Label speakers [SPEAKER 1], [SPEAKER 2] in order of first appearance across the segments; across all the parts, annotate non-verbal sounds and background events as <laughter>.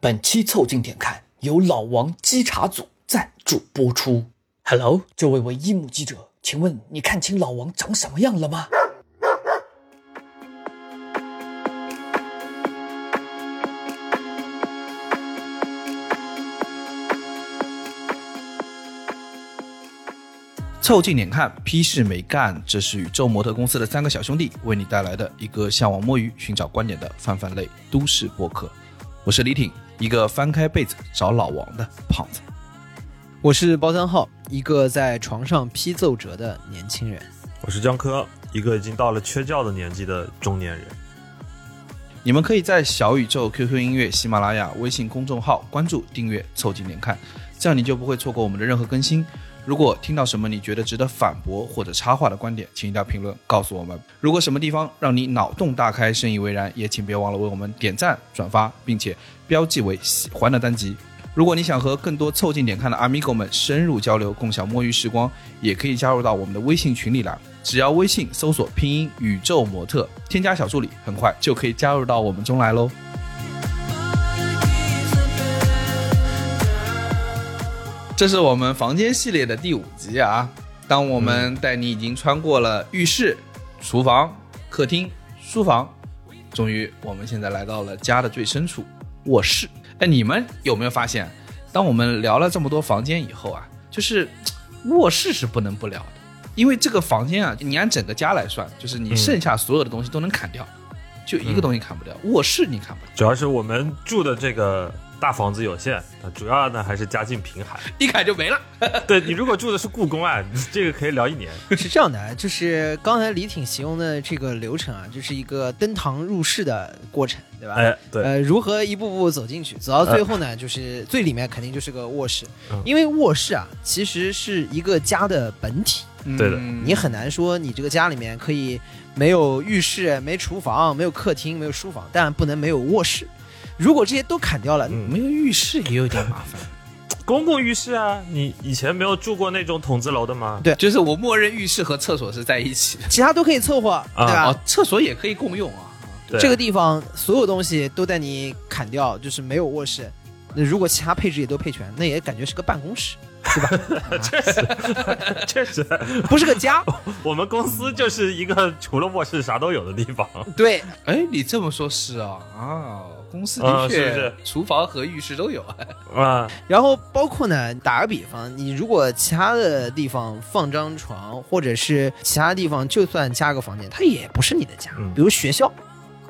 [SPEAKER 1] 本期凑近点看由老王稽查组赞助播出。Hello，这位唯一目击者，请问你看清老王长什么样了吗？
[SPEAKER 2] 凑近点看，屁事没干。这是宇宙模特公司的三个小兄弟为你带来的一个向往摸鱼、寻找观点的泛泛类都市播客。我是李挺，一个翻开被子找老王的胖子。
[SPEAKER 3] 我是包三号，一个在床上批奏折的年轻
[SPEAKER 4] <laughs>
[SPEAKER 3] 人。
[SPEAKER 4] 我是江科，一个已经到了缺觉的年纪的中年人。
[SPEAKER 2] 你们可以在小宇宙、QQ 音乐、喜马拉雅、微信公众号关注、订阅、凑近点看，这样你就不会错过我们的任何更新。如果听到什么你觉得值得反驳或者插话的观点，请一定要评论告诉我们。如果什么地方让你脑洞大开、深以为然，也请别忘了为我们点赞、转发，并且标记为喜欢的单集。如果你想和更多凑近点看的 Amigo 们深入交流，共享摸鱼时光，也可以加入到我们的微信群里来。只要微信搜索拼音宇宙模特，添加小助理，很快就可以加入到我们中来喽。这是我们房间系列的第五集啊。当我们带你已经穿过了浴室、厨房、客厅、书房，终于我们现在来到了家的最深处——卧室。哎，你们有没有发现，当我们聊了这么多房间以后啊，就是嘖卧室是不能不聊的，因为这个房间啊，你按整个家来算，就是你
[SPEAKER 4] 嗯
[SPEAKER 2] 剩下所有的东西都能砍掉，就一个
[SPEAKER 4] 嗯
[SPEAKER 2] 东西砍不掉，卧室你砍不掉。 <laughs>
[SPEAKER 4] 主要是我们住的这个大房子有限，那主要呢还是家境贫 <laughs> 寒。
[SPEAKER 2] 一砍就没了。
[SPEAKER 4] 对你如果住的是故宫啊，你这个可以聊一年。
[SPEAKER 3] 是这样的啊，就是刚才李挺形容的这个流程啊，就是一个登堂入室的过程，对吧？
[SPEAKER 4] 哎，对，
[SPEAKER 3] 呃，如何一步步走进去，走到最后呢，就是最里面肯定就是个卧室
[SPEAKER 4] 嗯，
[SPEAKER 3] 因为卧室啊，其实是一个家的本体，
[SPEAKER 4] 对的
[SPEAKER 2] 嗯
[SPEAKER 3] 你很难说你这个家里面可以没有浴室、没厨房、没有客厅、没有书房，但不能没有卧室。如果这些都砍掉了，
[SPEAKER 4] 嗯
[SPEAKER 2] 没有浴室也有点麻烦。
[SPEAKER 4] 公共浴室啊，你以前没有住过那种筒子楼的吗？
[SPEAKER 3] 对
[SPEAKER 2] 就是我默认浴室和厕所是在一起的
[SPEAKER 3] 其他都可以凑合，
[SPEAKER 4] 啊
[SPEAKER 3] 对啊吧？
[SPEAKER 2] 哦，厕所也可以共用啊。
[SPEAKER 4] 对
[SPEAKER 3] 这个地方所有东西都带你砍掉，就是没有卧室。那如果其他配置也都配全，那也感觉是个办公室， <laughs>
[SPEAKER 4] 确实，
[SPEAKER 3] 不是个家。
[SPEAKER 4] <laughs> 我们公司就是一个除了卧室啥都有的地方。
[SPEAKER 3] 对，
[SPEAKER 2] 哎，你这么说，是啊啊，公司的
[SPEAKER 4] 嗯
[SPEAKER 2] 确、
[SPEAKER 4] 是不是
[SPEAKER 2] 厨房和浴室都有啊。
[SPEAKER 4] 啊，
[SPEAKER 3] 然后包括呢，打个比方，你如果其他的地方放张床，或者是其他地方就算加个房间，它也不是你的家。
[SPEAKER 4] 嗯
[SPEAKER 3] 比如学校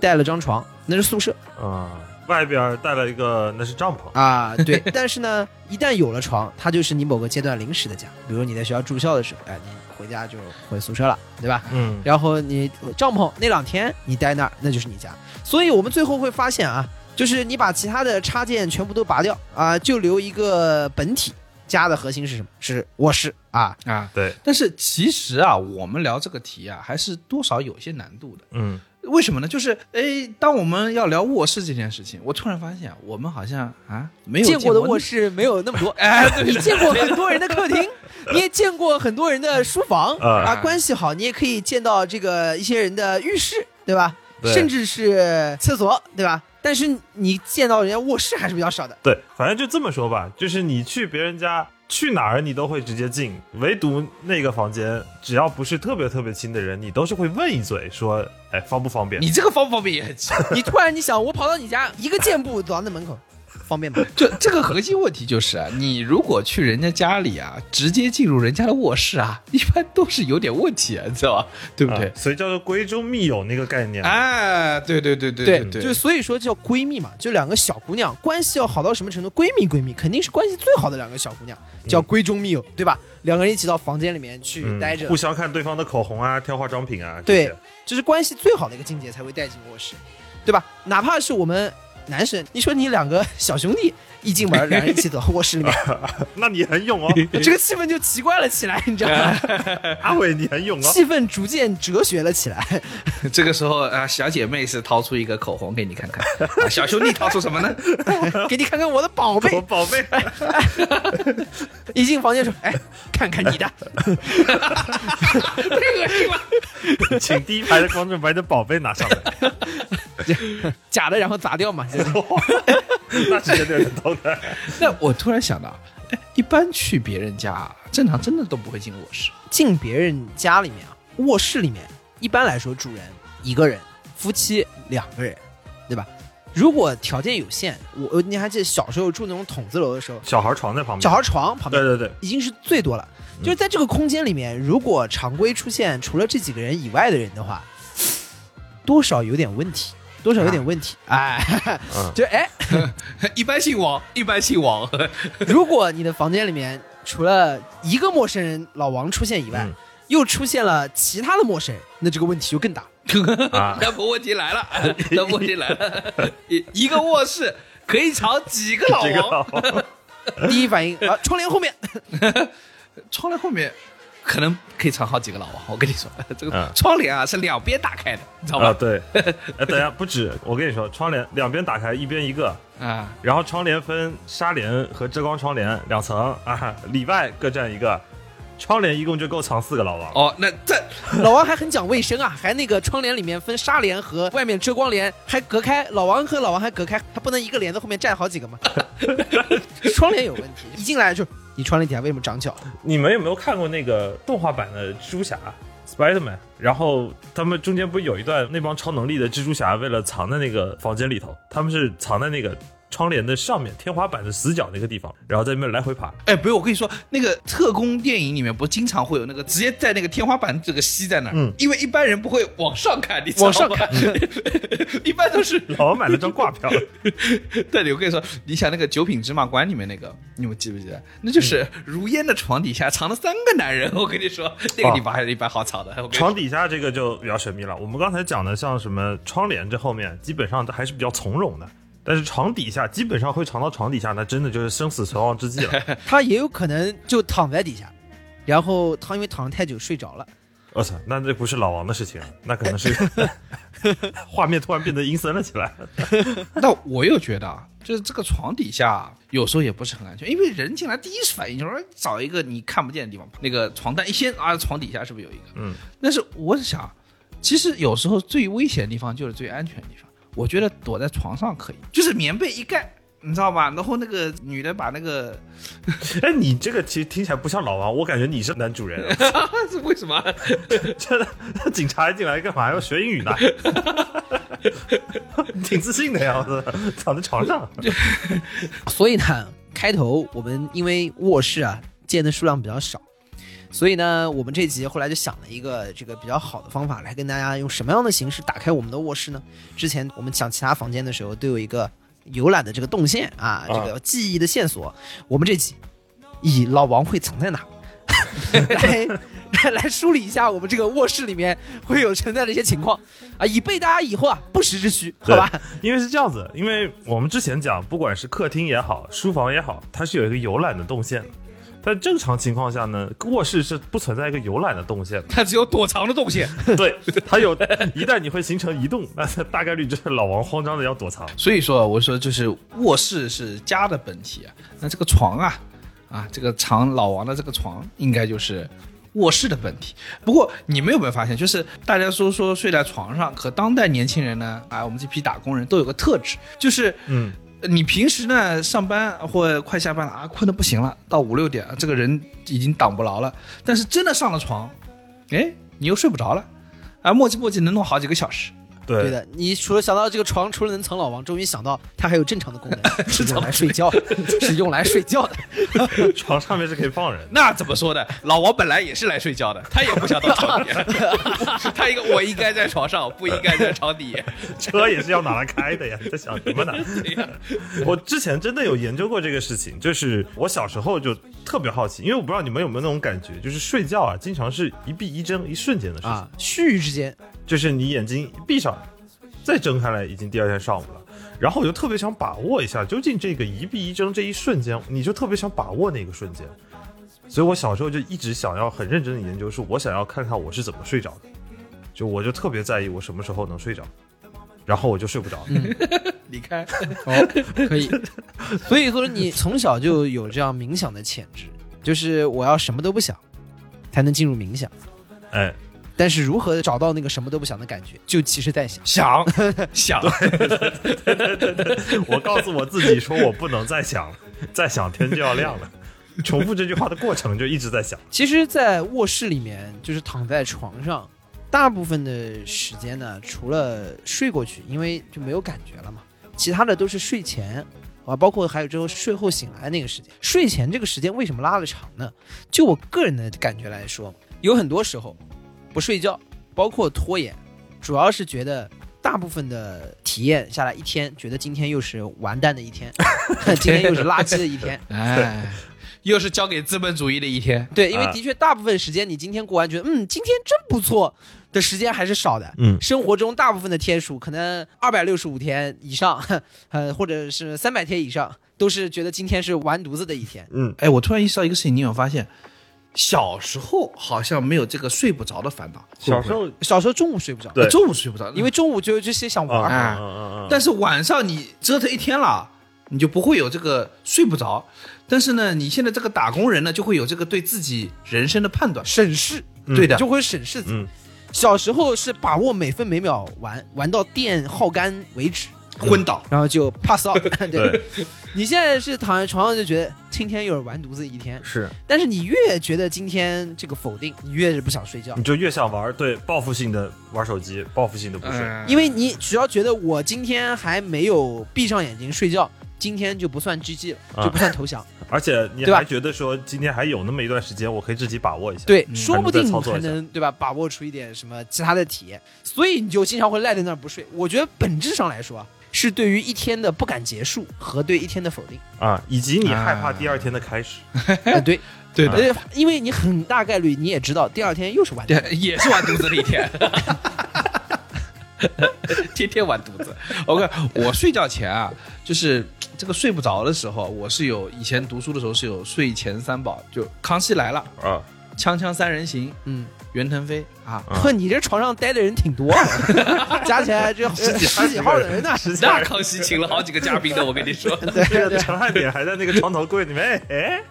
[SPEAKER 3] 带了张床，那是宿舍
[SPEAKER 4] 啊，外边带了一个那是帐篷， <laughs>
[SPEAKER 3] 啊，对。但是呢，一旦有了床，它就是你某个阶段临时的家。比如你在学校住校的时候，哎，你回家就回宿舍了，对吧？
[SPEAKER 4] 嗯，
[SPEAKER 3] 然后你呃帐篷那两天你待那儿，那就是你家。所以我们最后会发现啊，就是你把其他的插件全部都拔掉啊，就留一个本体。家的核心是什么？是卧室啊。
[SPEAKER 2] 啊，
[SPEAKER 4] 对，
[SPEAKER 2] 但是其实啊，我们聊这个题啊，还是多少有些难度的。
[SPEAKER 4] 嗯，
[SPEAKER 2] 为什么呢？就是哎，当我们要聊卧室这件事情，我突然发现啊我们好像啊没有
[SPEAKER 3] 见
[SPEAKER 2] 过
[SPEAKER 3] 过的
[SPEAKER 2] 那，
[SPEAKER 3] 卧， <laughs> 室没有那么多
[SPEAKER 2] 哎，对
[SPEAKER 3] 你见过很多人的客 <laughs> 厅，你也见过很多人的书房
[SPEAKER 4] 啊
[SPEAKER 3] 啊。关系好，你也可以见到这个一些人的浴室，对吧？
[SPEAKER 4] 对
[SPEAKER 3] 甚至是厕所，对吧？但是你见到人家卧室还是比较少的。
[SPEAKER 4] 对，反正就这么说吧，就是你去别人家去哪儿，你都会直接进，唯独那个房间，只要不是特别特别亲的人，你都是会问一嘴，说，哎，方不方便？
[SPEAKER 2] 你这个方不方便也很奇怪
[SPEAKER 3] <laughs> 你突然你想，我跑到你家，一个箭步走到那门口，方便吗？
[SPEAKER 2] <laughs> 就这个核心问题就是啊，你如果去人家家里啊，直接进入人家的卧室啊，一般都是有点问题、啊，你知道吧？对不对
[SPEAKER 4] 啊？所以叫做闺中密友那个概念。
[SPEAKER 2] 哎，对对对对对，
[SPEAKER 3] 就所以说叫闺蜜嘛，就两个小姑娘关系要好到什么程度？闺蜜闺蜜肯定是关系最好的两个小姑娘，
[SPEAKER 2] 嗯
[SPEAKER 3] 叫闺中密友，对吧？两个人一起到房间里面去
[SPEAKER 4] 嗯
[SPEAKER 3] 待着，
[SPEAKER 4] 互相看对方的口红啊，挑化妆品啊，这
[SPEAKER 3] 对
[SPEAKER 4] 些，
[SPEAKER 3] 这是关系最好的一个境界才会带进卧室，对吧？哪怕是我们男生，你说你两个小兄弟一进门，两人一起走到卧室里面，
[SPEAKER 2] <laughs>
[SPEAKER 4] 那你很勇哦，
[SPEAKER 3] 这个气氛就奇怪了起来，你知道
[SPEAKER 2] <laughs>
[SPEAKER 3] 吗？
[SPEAKER 4] 阿伟你很勇哦，
[SPEAKER 3] 气氛逐渐哲学了
[SPEAKER 2] <laughs>
[SPEAKER 3] 起来。
[SPEAKER 2] 这个时候啊，小姐妹是掏出一个口红给你看 <laughs> 看，啊小兄弟掏出什么 <laughs> 呢？
[SPEAKER 3] 给你看看我的宝
[SPEAKER 4] 我
[SPEAKER 3] 贝，
[SPEAKER 4] 宝贝，
[SPEAKER 2] <laughs>
[SPEAKER 3] <laughs> 一进房间说：“哎，看看你的。” <laughs>
[SPEAKER 2] <laughs>
[SPEAKER 4] 请第一排的观众把你的宝贝拿上来。
[SPEAKER 3] 假的，然后砸掉嘛。就是
[SPEAKER 4] 那是有点头疼。
[SPEAKER 2] 那我突然想到，哎，一般去别人家，正常真的都不会进卧室。
[SPEAKER 3] 进别人家里面啊，卧室里面，一般来说主人一个人，夫妻两个人，对吧？如果条件有限，我我你还记得小时候住那种筒子楼的时候，
[SPEAKER 4] 小孩床在旁边，
[SPEAKER 3] 小孩床旁
[SPEAKER 4] 对
[SPEAKER 3] 边
[SPEAKER 4] 对嗯对，
[SPEAKER 3] 已经是最多了。就是在这个空间里面，如果常规出现除了这几个人以外的人的话，多少有点问
[SPEAKER 4] 啊
[SPEAKER 3] 题，多少有点问题。哎，
[SPEAKER 4] 嗯
[SPEAKER 3] 就哎，
[SPEAKER 2] <laughs> 一般姓王，一般姓 <laughs> 王。
[SPEAKER 3] 如果你的房间里面除了一个陌生人老王出现以外，
[SPEAKER 4] 嗯
[SPEAKER 3] 又出现了其他的陌生人，那这个问题就更大。
[SPEAKER 4] 啊，
[SPEAKER 2] 那么问题来了， <laughs> 那么问题来了， <laughs> 一一个卧室可以藏 <laughs> 几个老
[SPEAKER 4] 这个
[SPEAKER 2] 王？
[SPEAKER 4] <laughs>
[SPEAKER 3] 第一反应啊，窗帘后面，
[SPEAKER 2] 窗帘后面可能可以藏好几个老王。我跟你说， <laughs> 这个
[SPEAKER 4] 嗯
[SPEAKER 2] 窗帘啊是两边打开的，你知道
[SPEAKER 4] 啊，
[SPEAKER 2] 吧？
[SPEAKER 4] 对， <laughs> 哎，等一下，不止，我跟你说，窗帘两边打开，一边一个，
[SPEAKER 3] 嗯
[SPEAKER 2] 啊，
[SPEAKER 4] 然后窗帘分纱帘和遮光窗帘两层啊，里外各占一个，窗帘一共就够藏四个老王。
[SPEAKER 2] 哦，那这
[SPEAKER 3] <laughs> 老王还很讲卫生啊，还那个窗帘里面分纱帘和外面遮光帘还隔开，老王和老王还隔开，他不能一个帘子后面站好几个吗？ <laughs> 窗帘有问题，一进来就你窗帘底下为什么长脚？
[SPEAKER 4] 你们有没有看过那个动画版的蜘蛛侠 Spiderman？然后他们中间不是有一段那帮超能力的蜘蛛侠为了藏在那个房间里头，他们是藏在那个窗帘的上面天花板的死角那个地方，然后在那边来回爬。
[SPEAKER 2] 哎，不是，我跟你说，那个特工电影里面不经常会有那个直接在那个天花板这个吸在那儿，
[SPEAKER 4] 嗯
[SPEAKER 2] 因为一般人不会往上看，你知道吗
[SPEAKER 3] 往上看，
[SPEAKER 2] <laughs> 一般都是。 <laughs>
[SPEAKER 4] 老哦王买了张挂票，
[SPEAKER 2] 对，我跟你说，你想那个《九品芝麻官》里面那个，你们记不记得？那就是
[SPEAKER 3] 嗯
[SPEAKER 2] 如烟的床底下藏了三个男人，我跟你说，那个地方还是一般好藏的。我跟你说
[SPEAKER 4] 床底下这个就比较神秘了。我们刚才讲的像什么窗帘这后面，基本上还是比较从容的。但是床底下基本上会藏到床底下，那真的就是生死存亡之
[SPEAKER 2] <laughs>
[SPEAKER 4] 际了。
[SPEAKER 3] 他也有可能就躺在底下，然后他因为躺得太久睡着了。
[SPEAKER 4] 我操，那这不是老王的事情，啊那可
[SPEAKER 2] <laughs>
[SPEAKER 4] 能是 <laughs> 画面突然变得阴森了起来。
[SPEAKER 2] <laughs> 那我又觉得啊，就是这个床底下有时候也不是很安全，因为人进来第一反应就是哎找一个你看不见的地方，那个床单一掀啊，床底下是不是有一个？
[SPEAKER 4] 嗯，
[SPEAKER 2] 但是我想，其实有时候最危险的地方就是最安全的地方。我觉得躲在床上可以，就是棉被一盖，你知道吧？然后那个女的把那个，
[SPEAKER 4] 哎，你这个其实听起来不像老王，我感觉你是男主人。
[SPEAKER 2] 是 <laughs> 为什么？
[SPEAKER 4] 真的，警察进来干嘛？要学英
[SPEAKER 2] <laughs>
[SPEAKER 4] 语呢？挺自信的呀，我操躺在床上。
[SPEAKER 3] 所以呢，开头我们因为卧室啊建的数量比较少，所以呢，我们这集后来就想了一个这个比较好的方法，来跟大家用什么样的形式打开我们的卧室呢？之前我们讲其他房间的时候，都有一个浏览的这个动线啊，这个记忆的线索。我们这集以老王会藏在哪 <laughs> 来来梳理一下我们这个卧室里面会有存在的一些情况啊，以备大家以后啊不时之需，好吧？
[SPEAKER 4] 因为是这样子，因为我们之前讲，不管是客厅也好，书房也好，它是有一个游览的动线的。但正常情况下呢，卧室是不存在一个游览的动线的。
[SPEAKER 2] 它只有躲藏的动线。
[SPEAKER 3] <laughs>
[SPEAKER 4] 对，它有，一旦你会形成移动，那大概率就是老王慌张的要躲藏。
[SPEAKER 2] 所以说，我说就是卧室是家的本体啊，那这个床啊，啊，这个藏老王的这个床应该就是卧室的本体。不过你们有没有发现，就是大家说说睡在床上，可当代年轻人呢，啊，我们这批打工人都有个特质，就是
[SPEAKER 4] 嗯，
[SPEAKER 2] 呃你平时呢上班或快下班了啊，困得不行了，到五六点，这个人已经挡不牢了。但是真的上了床，哎，你又睡不着了，啊，磨叽磨叽能弄好几个小时。
[SPEAKER 4] 对
[SPEAKER 3] 对的，你除了想到这个床，除了能藏老王，终于想到它还有正常的功 <laughs> 能，是用来睡觉，是用来睡觉的。
[SPEAKER 4] <laughs> 床上面是可以放人的。
[SPEAKER 2] 那怎么说呢？老王本来也是来睡觉的， <laughs> 他也不想到床底， <laughs> 他一个我应该在床上，不应该在床底。
[SPEAKER 4] 车也是要拿来开的呀，你在想什么呢？ <laughs> 我之前真的有研究过这个事情，就是我小时候就特别好奇，因为我不知道你们有没有那种感觉，就是睡觉啊，经常是一闭一睁一瞬间的事情，
[SPEAKER 3] 啊，须臾之 <laughs> 间，
[SPEAKER 4] 就是你眼睛一闭上，再睁开来已经第二天上午了。然后我就特别想把握一下，究竟这个一闭一睁这一瞬间，你就特别想把握那个瞬间。所以我小时候就一直想要很认真的研究，说我想要看看我是怎么睡着的，就我就特别在意我什么时候能睡着，然后我就睡不着。
[SPEAKER 2] 你看，
[SPEAKER 3] 哦，可以。所以说，你从小就有这样冥想的潜质，就是我要什么都不想，才能进入冥想。
[SPEAKER 4] 哎，
[SPEAKER 3] 但是如何找到那个什么都不想的感觉，就其实在想。
[SPEAKER 2] 想想，
[SPEAKER 4] 我告诉我自己说，我不能再想了，再想天就要亮了。重复这句话的过程就一直在想，
[SPEAKER 3] 其实，在卧室里面，就是躺在床上，大部分的时间呢，除了睡过去，因为就没有感觉了嘛，其他的都是睡前啊，包括还有之后睡后醒来那个时间。睡前这个时间为什么拉的长呢？就我个人的感觉来说，有很多时候不睡觉，包括拖延，主要是觉得。大部分的体验下来，一天觉得今天又是完蛋的一天， <laughs> 今天又是垃圾的一天，
[SPEAKER 2] 哎，又是交给资本主义的一天。
[SPEAKER 3] 对，因为
[SPEAKER 4] 啊
[SPEAKER 3] 的确大部分时间你今天过完觉得嗯今天真不错的时间还是少的。
[SPEAKER 4] 嗯
[SPEAKER 3] 生活中大部分的天数可能二百六十五天以上，呃，或者是三百天以上，都是觉得今天是完犊子的一天。
[SPEAKER 4] 嗯，
[SPEAKER 2] 哎，我突然意识到一个事情，你有没有发现，小时候好像没有这个睡不着的烦恼，
[SPEAKER 4] 小时候
[SPEAKER 3] 小时候中午睡不着，
[SPEAKER 4] 对
[SPEAKER 2] 中午睡不着，
[SPEAKER 3] 因为中午就这些想玩
[SPEAKER 4] 啊，
[SPEAKER 3] 儿。
[SPEAKER 2] 哎
[SPEAKER 4] 嗯嗯嗯嗯，
[SPEAKER 2] 但是晚上你折腾一天了，你就不会有这个睡不着。但是呢，你现在这个打工人呢，就会有这个对自己人生的判断。
[SPEAKER 3] 审视，
[SPEAKER 4] 嗯
[SPEAKER 2] 对的，
[SPEAKER 3] 就会审视自己。
[SPEAKER 4] 嗯
[SPEAKER 3] 小时候是把握每分每秒玩，玩到电耗干为止，
[SPEAKER 2] 昏倒。
[SPEAKER 3] 然后就 pass
[SPEAKER 4] <laughs>
[SPEAKER 3] out 对。
[SPEAKER 4] 对
[SPEAKER 3] 你现在是躺在床上就觉得今天又是完犊子一天，
[SPEAKER 4] 是，
[SPEAKER 3] 但是你越觉得今天这个否定，你越是不想睡觉
[SPEAKER 4] 你，就越想玩，对，报复性的玩手机，报复性的不睡，
[SPEAKER 2] 嗯，
[SPEAKER 3] 因为你只要觉得我今天还没有闭上眼睛睡觉，今天就不算 GG 了，
[SPEAKER 4] 啊
[SPEAKER 3] 就不算投降。
[SPEAKER 4] <laughs> 而且你
[SPEAKER 3] 对吧
[SPEAKER 4] 还觉得说今天还有那么一段时间，我可以自己把握一下。，
[SPEAKER 3] 对，
[SPEAKER 2] 嗯
[SPEAKER 3] 说不定
[SPEAKER 4] 还能再操作
[SPEAKER 3] 还
[SPEAKER 4] 一下
[SPEAKER 3] 能对吧，把握出一点什么其他的体验，所以你就经常会赖在那儿不睡。我觉得本质上来说啊，是对于一天的不敢结束和对一天的否
[SPEAKER 4] <laughs>
[SPEAKER 3] 定。
[SPEAKER 4] 啊，以及你害怕第二天的开 <laughs> 始，
[SPEAKER 3] 啊，对，
[SPEAKER 2] 对的，
[SPEAKER 3] 呃，因为你很大概率你也知道第二天又是
[SPEAKER 4] <laughs>
[SPEAKER 3] 完蛋。
[SPEAKER 2] 对， <laughs> 也是完犊子的一天。 <laughs> 天天完犊子。OK，我睡觉前啊，就是这个睡不着的时候，我是有以前读书的时候是有睡前三宝，就《康熙来了
[SPEAKER 4] 啊，》
[SPEAKER 2] 《锵锵三人行》《
[SPEAKER 3] 嗯，
[SPEAKER 2] 袁腾飞》啊，
[SPEAKER 4] 嗯
[SPEAKER 3] 呵，你这床上待的人挺多啊，
[SPEAKER 4] <laughs>
[SPEAKER 3] 加起来这十
[SPEAKER 4] 几
[SPEAKER 3] 十几号人呢。
[SPEAKER 4] 实
[SPEAKER 2] <laughs>
[SPEAKER 4] 际
[SPEAKER 2] 那
[SPEAKER 4] 上
[SPEAKER 2] 康熙请了好几个嘉宾的，我跟你说。
[SPEAKER 4] 这个陈汉典还在那个床头柜里面，哎，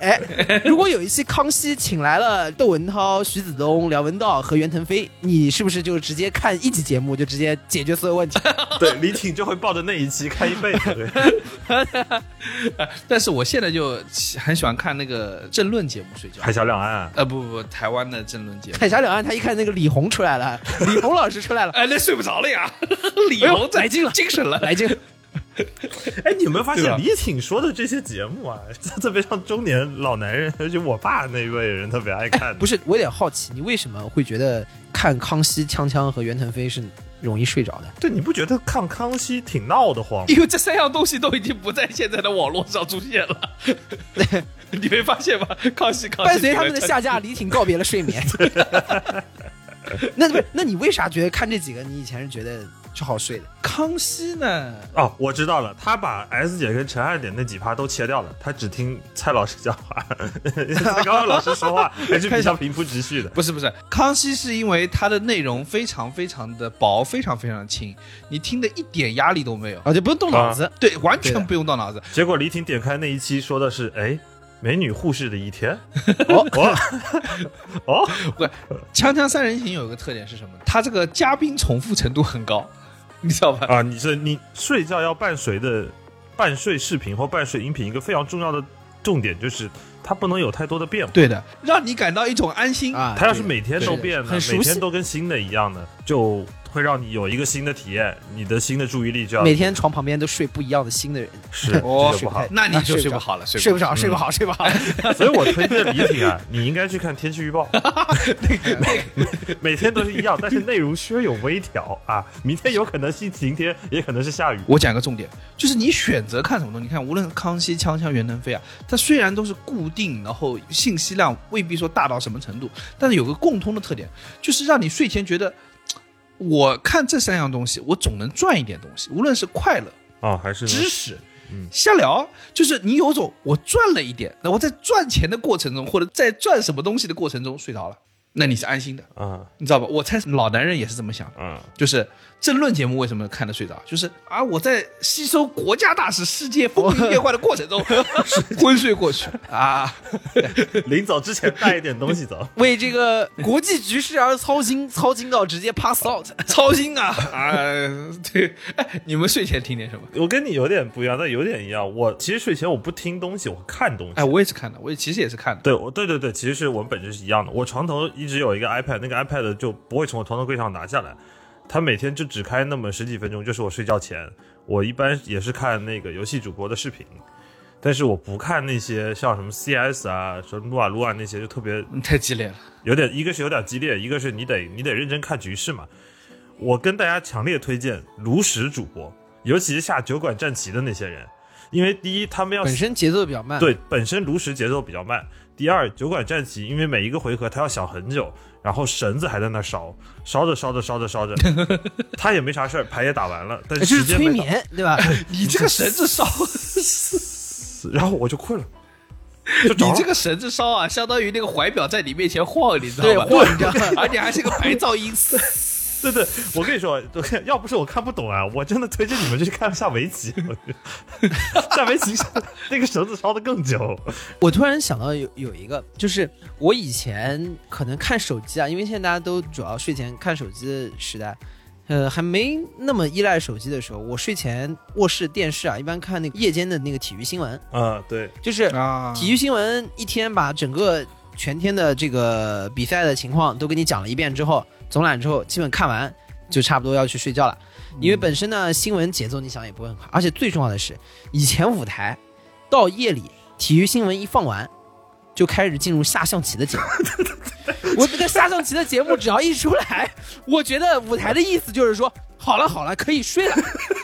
[SPEAKER 3] 哎，如果有一期康熙请来了窦文涛、徐子东、梁文道和袁腾飞，你是不是就直接看一集节目就直接解决所有问题？ <laughs>
[SPEAKER 4] 对，李挺就会抱着那一期看一辈子，对，
[SPEAKER 2] <laughs>
[SPEAKER 4] <laughs>
[SPEAKER 2] 但是我现在就很喜欢看那个政论节目睡觉。
[SPEAKER 4] 海峡两岸啊，
[SPEAKER 2] 呃，不不不，台湾的政论节目。
[SPEAKER 3] 海峡两岸，他一看那个李红出来了， <laughs> 李红老师出来了，
[SPEAKER 2] 哎，那睡不着了呀， <laughs> 李
[SPEAKER 3] 哎呦
[SPEAKER 2] 红在、来劲了，精神了，
[SPEAKER 3] 来劲。
[SPEAKER 4] 哎，你有没有发
[SPEAKER 2] 对吧
[SPEAKER 4] 现李挺说的这些节目啊，特别像中年老男人，而且我爸那一辈人特别爱看。
[SPEAKER 3] 不是，我有点好奇，你为什么会觉得看康熙、锵锵和袁腾飞是容易睡着的？
[SPEAKER 4] 对，你不觉得看康熙挺闹得慌吗？
[SPEAKER 2] 因为这三样东西都已经不在现在的网络上出现了。你没发现吗？康熙，
[SPEAKER 4] 啊
[SPEAKER 2] 康熙
[SPEAKER 3] 伴随他们的下架，李挺告别了睡眠。 <laughs> 那不是，那你为啥觉得看这几个，你以前是觉得是好睡的？
[SPEAKER 2] <laughs> 康熙呢？
[SPEAKER 4] 哦，我知道了，他把 S 姐跟陈汉典那几趴都切掉了，他只听蔡老师讲话，蔡高老师说话还是比较平铺直叙的。
[SPEAKER 2] 不是不是，康熙是因为它的内容非常非常的薄，非常非常的轻，你听的一点压力都没有，
[SPEAKER 3] 啊，就不用动脑子。
[SPEAKER 2] 对，完
[SPEAKER 3] 对
[SPEAKER 2] 全
[SPEAKER 3] 的
[SPEAKER 2] 不用动脑子。
[SPEAKER 4] 结果李挺点开那一期说的是，哎，美女护士的一天，
[SPEAKER 3] 哦
[SPEAKER 4] 哦哦，
[SPEAKER 2] 不，《锵锵三人行》有一个特点是什么？它这个嘉宾重复程度很高，你知道吧？
[SPEAKER 4] 啊，你是你睡觉要伴随的伴睡视频或伴睡音频，一个非常重要的重点就是它不能有太多的变化。
[SPEAKER 2] 对的，让你感到一种安心。
[SPEAKER 3] 啊，
[SPEAKER 4] 它要是
[SPEAKER 3] 对的
[SPEAKER 4] 每天都变的，
[SPEAKER 3] 很熟悉
[SPEAKER 4] 每天都跟新的一样的，就会让你有一个新的体验，你的新的注意力就要
[SPEAKER 3] 每天床旁边都睡不一样的新的人， <laughs>
[SPEAKER 4] 是
[SPEAKER 2] 哦
[SPEAKER 4] 这就不好。
[SPEAKER 2] 那你就
[SPEAKER 3] 睡
[SPEAKER 2] 睡不
[SPEAKER 3] 不
[SPEAKER 2] 好了，睡
[SPEAKER 3] 睡
[SPEAKER 2] 不
[SPEAKER 3] 不着，睡不好，睡 <laughs> 不好。
[SPEAKER 4] <laughs> 所以我推荐李挺啊， <laughs> 你应该去看天气预报，每天都是一样，但是内容稍有微调啊。明天有可能是晴天，也可能是下雨。
[SPEAKER 2] 我讲一个重点，就是你选择看什么东西。你看，无论康熙、锵锵、袁腾飞啊，它虽然都是固定，然后信息量未必说大到什么程度，但是有个共通的特点，就是让你睡前觉得，嘖我看这三样东西，我总能赚一点东西，无论是快乐、
[SPEAKER 4] 啊，还是
[SPEAKER 2] 知识。
[SPEAKER 4] 嗯
[SPEAKER 2] 瞎聊就是你有种我赚了一点，那我在赚钱的过程中，或者在赚什么东西的过程中睡着了，那你是安心的，
[SPEAKER 4] 啊
[SPEAKER 2] 你知道吧？我猜老男人也是这么想的，
[SPEAKER 4] 啊
[SPEAKER 2] 就是政论节目为什么看得睡着？就是啊，我在吸收国家大事、世界风云变幻的过程 <laughs> 中昏睡过去啊。
[SPEAKER 4] <laughs> 临走之前带一点东西 <laughs> 走。
[SPEAKER 3] 为这个国际局势而操心，操心到直接 pass out。
[SPEAKER 2] 操心啊啊！对，哎，你们睡前听点什么？
[SPEAKER 4] 我跟你有点不一样，但有点一样。我其实睡前我不听东西，我看东西。
[SPEAKER 2] 哎，我也是看的，我也其实也是看的。
[SPEAKER 4] 对，我对对对，其实是我们本质是一样的。我床头一直有一个 iPad，那个 iPad 就不会从我床头柜上拿下来，它每天就只开那么十几分钟，就是我睡觉前。我一般也是看那个游戏主播的视频，但是我不看那些像什么 CS 啊、什么撸啊撸啊那些，就特别
[SPEAKER 2] 嗯太激烈了，
[SPEAKER 4] 有点，一个是有点激烈，一个是你得你得认真看局势嘛。我跟大家强烈推荐炉石主播，尤其是下酒馆战旗的那些人，因为第一他们
[SPEAKER 3] <laughs>
[SPEAKER 4] 要
[SPEAKER 3] 本身节奏比较慢，，
[SPEAKER 4] 对，本身炉石节奏比较慢。第二，酒馆战旗，因为每一个回合他要想很久，然后绳子还在那烧，烧着烧着烧着
[SPEAKER 3] <laughs>
[SPEAKER 4] 烧着，他也没啥事儿，牌也打完了，但
[SPEAKER 3] 哎就是
[SPEAKER 4] 时
[SPEAKER 3] 是
[SPEAKER 4] 间
[SPEAKER 3] 催
[SPEAKER 4] 没到，
[SPEAKER 3] 眠，对吧？ <laughs>
[SPEAKER 2] 你这个绳子烧，
[SPEAKER 4] 然后我就困了，就着
[SPEAKER 2] 你
[SPEAKER 4] 了
[SPEAKER 2] 这个绳子烧啊，相当于那个怀表在你面前晃，你知
[SPEAKER 3] 对，
[SPEAKER 2] 道吧？
[SPEAKER 3] 晃
[SPEAKER 2] 对，
[SPEAKER 3] 你知道
[SPEAKER 2] <laughs>
[SPEAKER 3] 吗？
[SPEAKER 2] 而且还是个白噪音。
[SPEAKER 4] 对对，我跟你说，对要不是我看不懂啊，我真的推荐你们去看下围棋，我觉得下围棋是那个绳子烧的更久，
[SPEAKER 3] 我突然想到有有一个，就是我以前可能看手机啊，因为现在大家都主要睡前看手机的时代，呃，还没那么依赖手机的时候，我睡前卧室电视啊，一般看那个夜间的那个体育新闻，
[SPEAKER 4] 啊，对，
[SPEAKER 3] 就是
[SPEAKER 2] <laughs> 啊
[SPEAKER 3] 体育新闻一天把整个全天的这个比赛的情况都给你讲了一遍之后，总览之后，基本看完就差不多要去睡觉了。因为本身呢，新闻节奏你想也不会很快，而且最重要的是，以前舞台到夜里体育新闻一放完，就开始进入下象棋的节目。我这个下象棋的节目只要一出来，我觉得舞台的意思就是说，好了好了，可以睡了，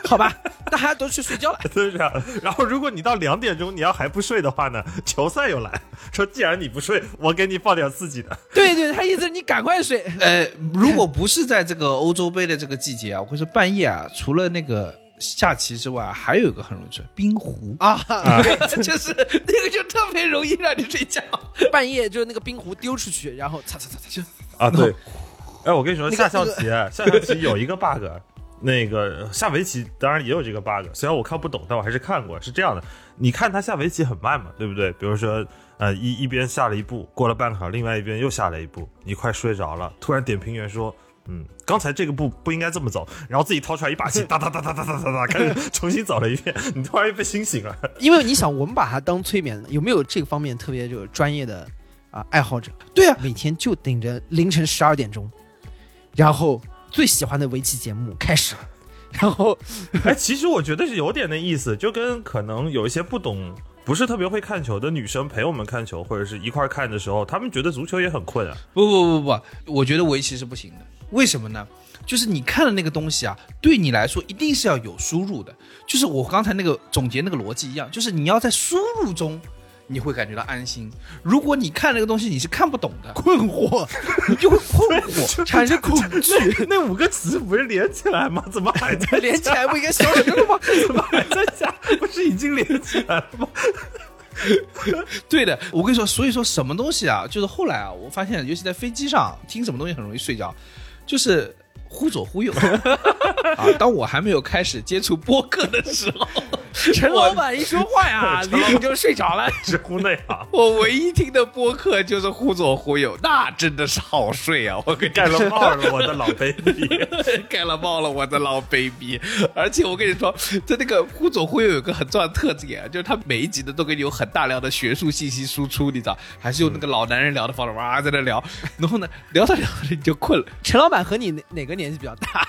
[SPEAKER 3] 好吧，大家都去睡觉了。
[SPEAKER 4] 就是这样。然后如果你到两点钟你要还不睡的话呢，球赛又来说，既然你不睡，我给你放点刺激的。
[SPEAKER 3] 对对，他意思是你赶快睡，
[SPEAKER 2] 呃，如果不是在这个欧洲杯的这个季节啊，或者是半夜啊，除了那个下棋之外，还有一个很容易睡冰壶
[SPEAKER 3] 啊，
[SPEAKER 2] 就是那个就特别容易让你睡觉。
[SPEAKER 3] <laughs> 半夜就是那个冰壶丢出去，然后擦擦擦擦擦，
[SPEAKER 4] 啊，对。 <laughs> 哎，我跟你说，
[SPEAKER 3] 那个
[SPEAKER 4] 下象棋，下象棋有一个 bug，那个下围棋当然也有这个 bug，虽然我看不懂，但我还是看过。是这样的，你看他下围棋很慢嘛，对不对？比如说，呃，一一边下了一步，过了半会儿，另外一边又下了一步，你快睡着了，突然点评员说。嗯，刚才这个步不应该这么走，然后自己掏出来一把琴，哒哒哒哒哒哒哒哒，开始 <laughs> 重新走了一遍，你突然又被惊醒了。
[SPEAKER 3] <laughs> 因为你想，我们把它当催眠，有没有这个方面特别就是专业的啊、爱好者？
[SPEAKER 2] 对啊，
[SPEAKER 3] 每天就顶着凌晨十二点钟，然后最喜欢的围棋节目开始了，然后
[SPEAKER 4] <laughs> 哎，其实我觉得是有点那意思，就跟可能有一些不懂、不是特别会看球的女生陪我们看球，或者是一块儿看的时候，她们觉得足球也很困啊。 <laughs>
[SPEAKER 2] 不不不不，我觉得围棋是不行的。为什么呢？就是你看的那个东西啊，对你来说一定是要有输入的。就是我刚才那个总结那个逻辑一样，就是你要在输入中。你会感觉到安心。如果你看那个东西，你是看不懂的，
[SPEAKER 3] 困惑，
[SPEAKER 2] 你就会困惑，产生恐惧。
[SPEAKER 4] 那那五个词不是连起来吗？怎么还在
[SPEAKER 3] 连起来不应该消失了吗？
[SPEAKER 4] 怎么还在下？不是已经连起来了吗？
[SPEAKER 2] 对的，我跟你说，所以说什么东西啊，就是后来啊，我发现，尤其在飞机上听什么东西很容易睡觉，就是忽左
[SPEAKER 3] <laughs>
[SPEAKER 2] 忽右啊。当我还没有开始接触播客的时候，
[SPEAKER 3] 陈老板一说
[SPEAKER 2] <laughs>
[SPEAKER 3] 话呀，
[SPEAKER 4] 陈老板
[SPEAKER 3] 你就睡着了。
[SPEAKER 4] 是乎内行，
[SPEAKER 2] 我唯一听的播客就是忽左忽右，那真的是好睡啊！ <laughs> 我跟你
[SPEAKER 4] 盖
[SPEAKER 2] 说，
[SPEAKER 4] 了帽了，我的老 baby。
[SPEAKER 2] <laughs> 盖了帽了，我的老 baby。而且我跟你说，在那个忽左忽右有一个很重要的特点，啊就是他每一集的都给你有很大量的学术信息输出，你知道，还是用那个老男人聊的方式，哇，在那聊，然后呢，聊着聊着你就困了。
[SPEAKER 3] 陈老板和你哪哪个年纪比较大？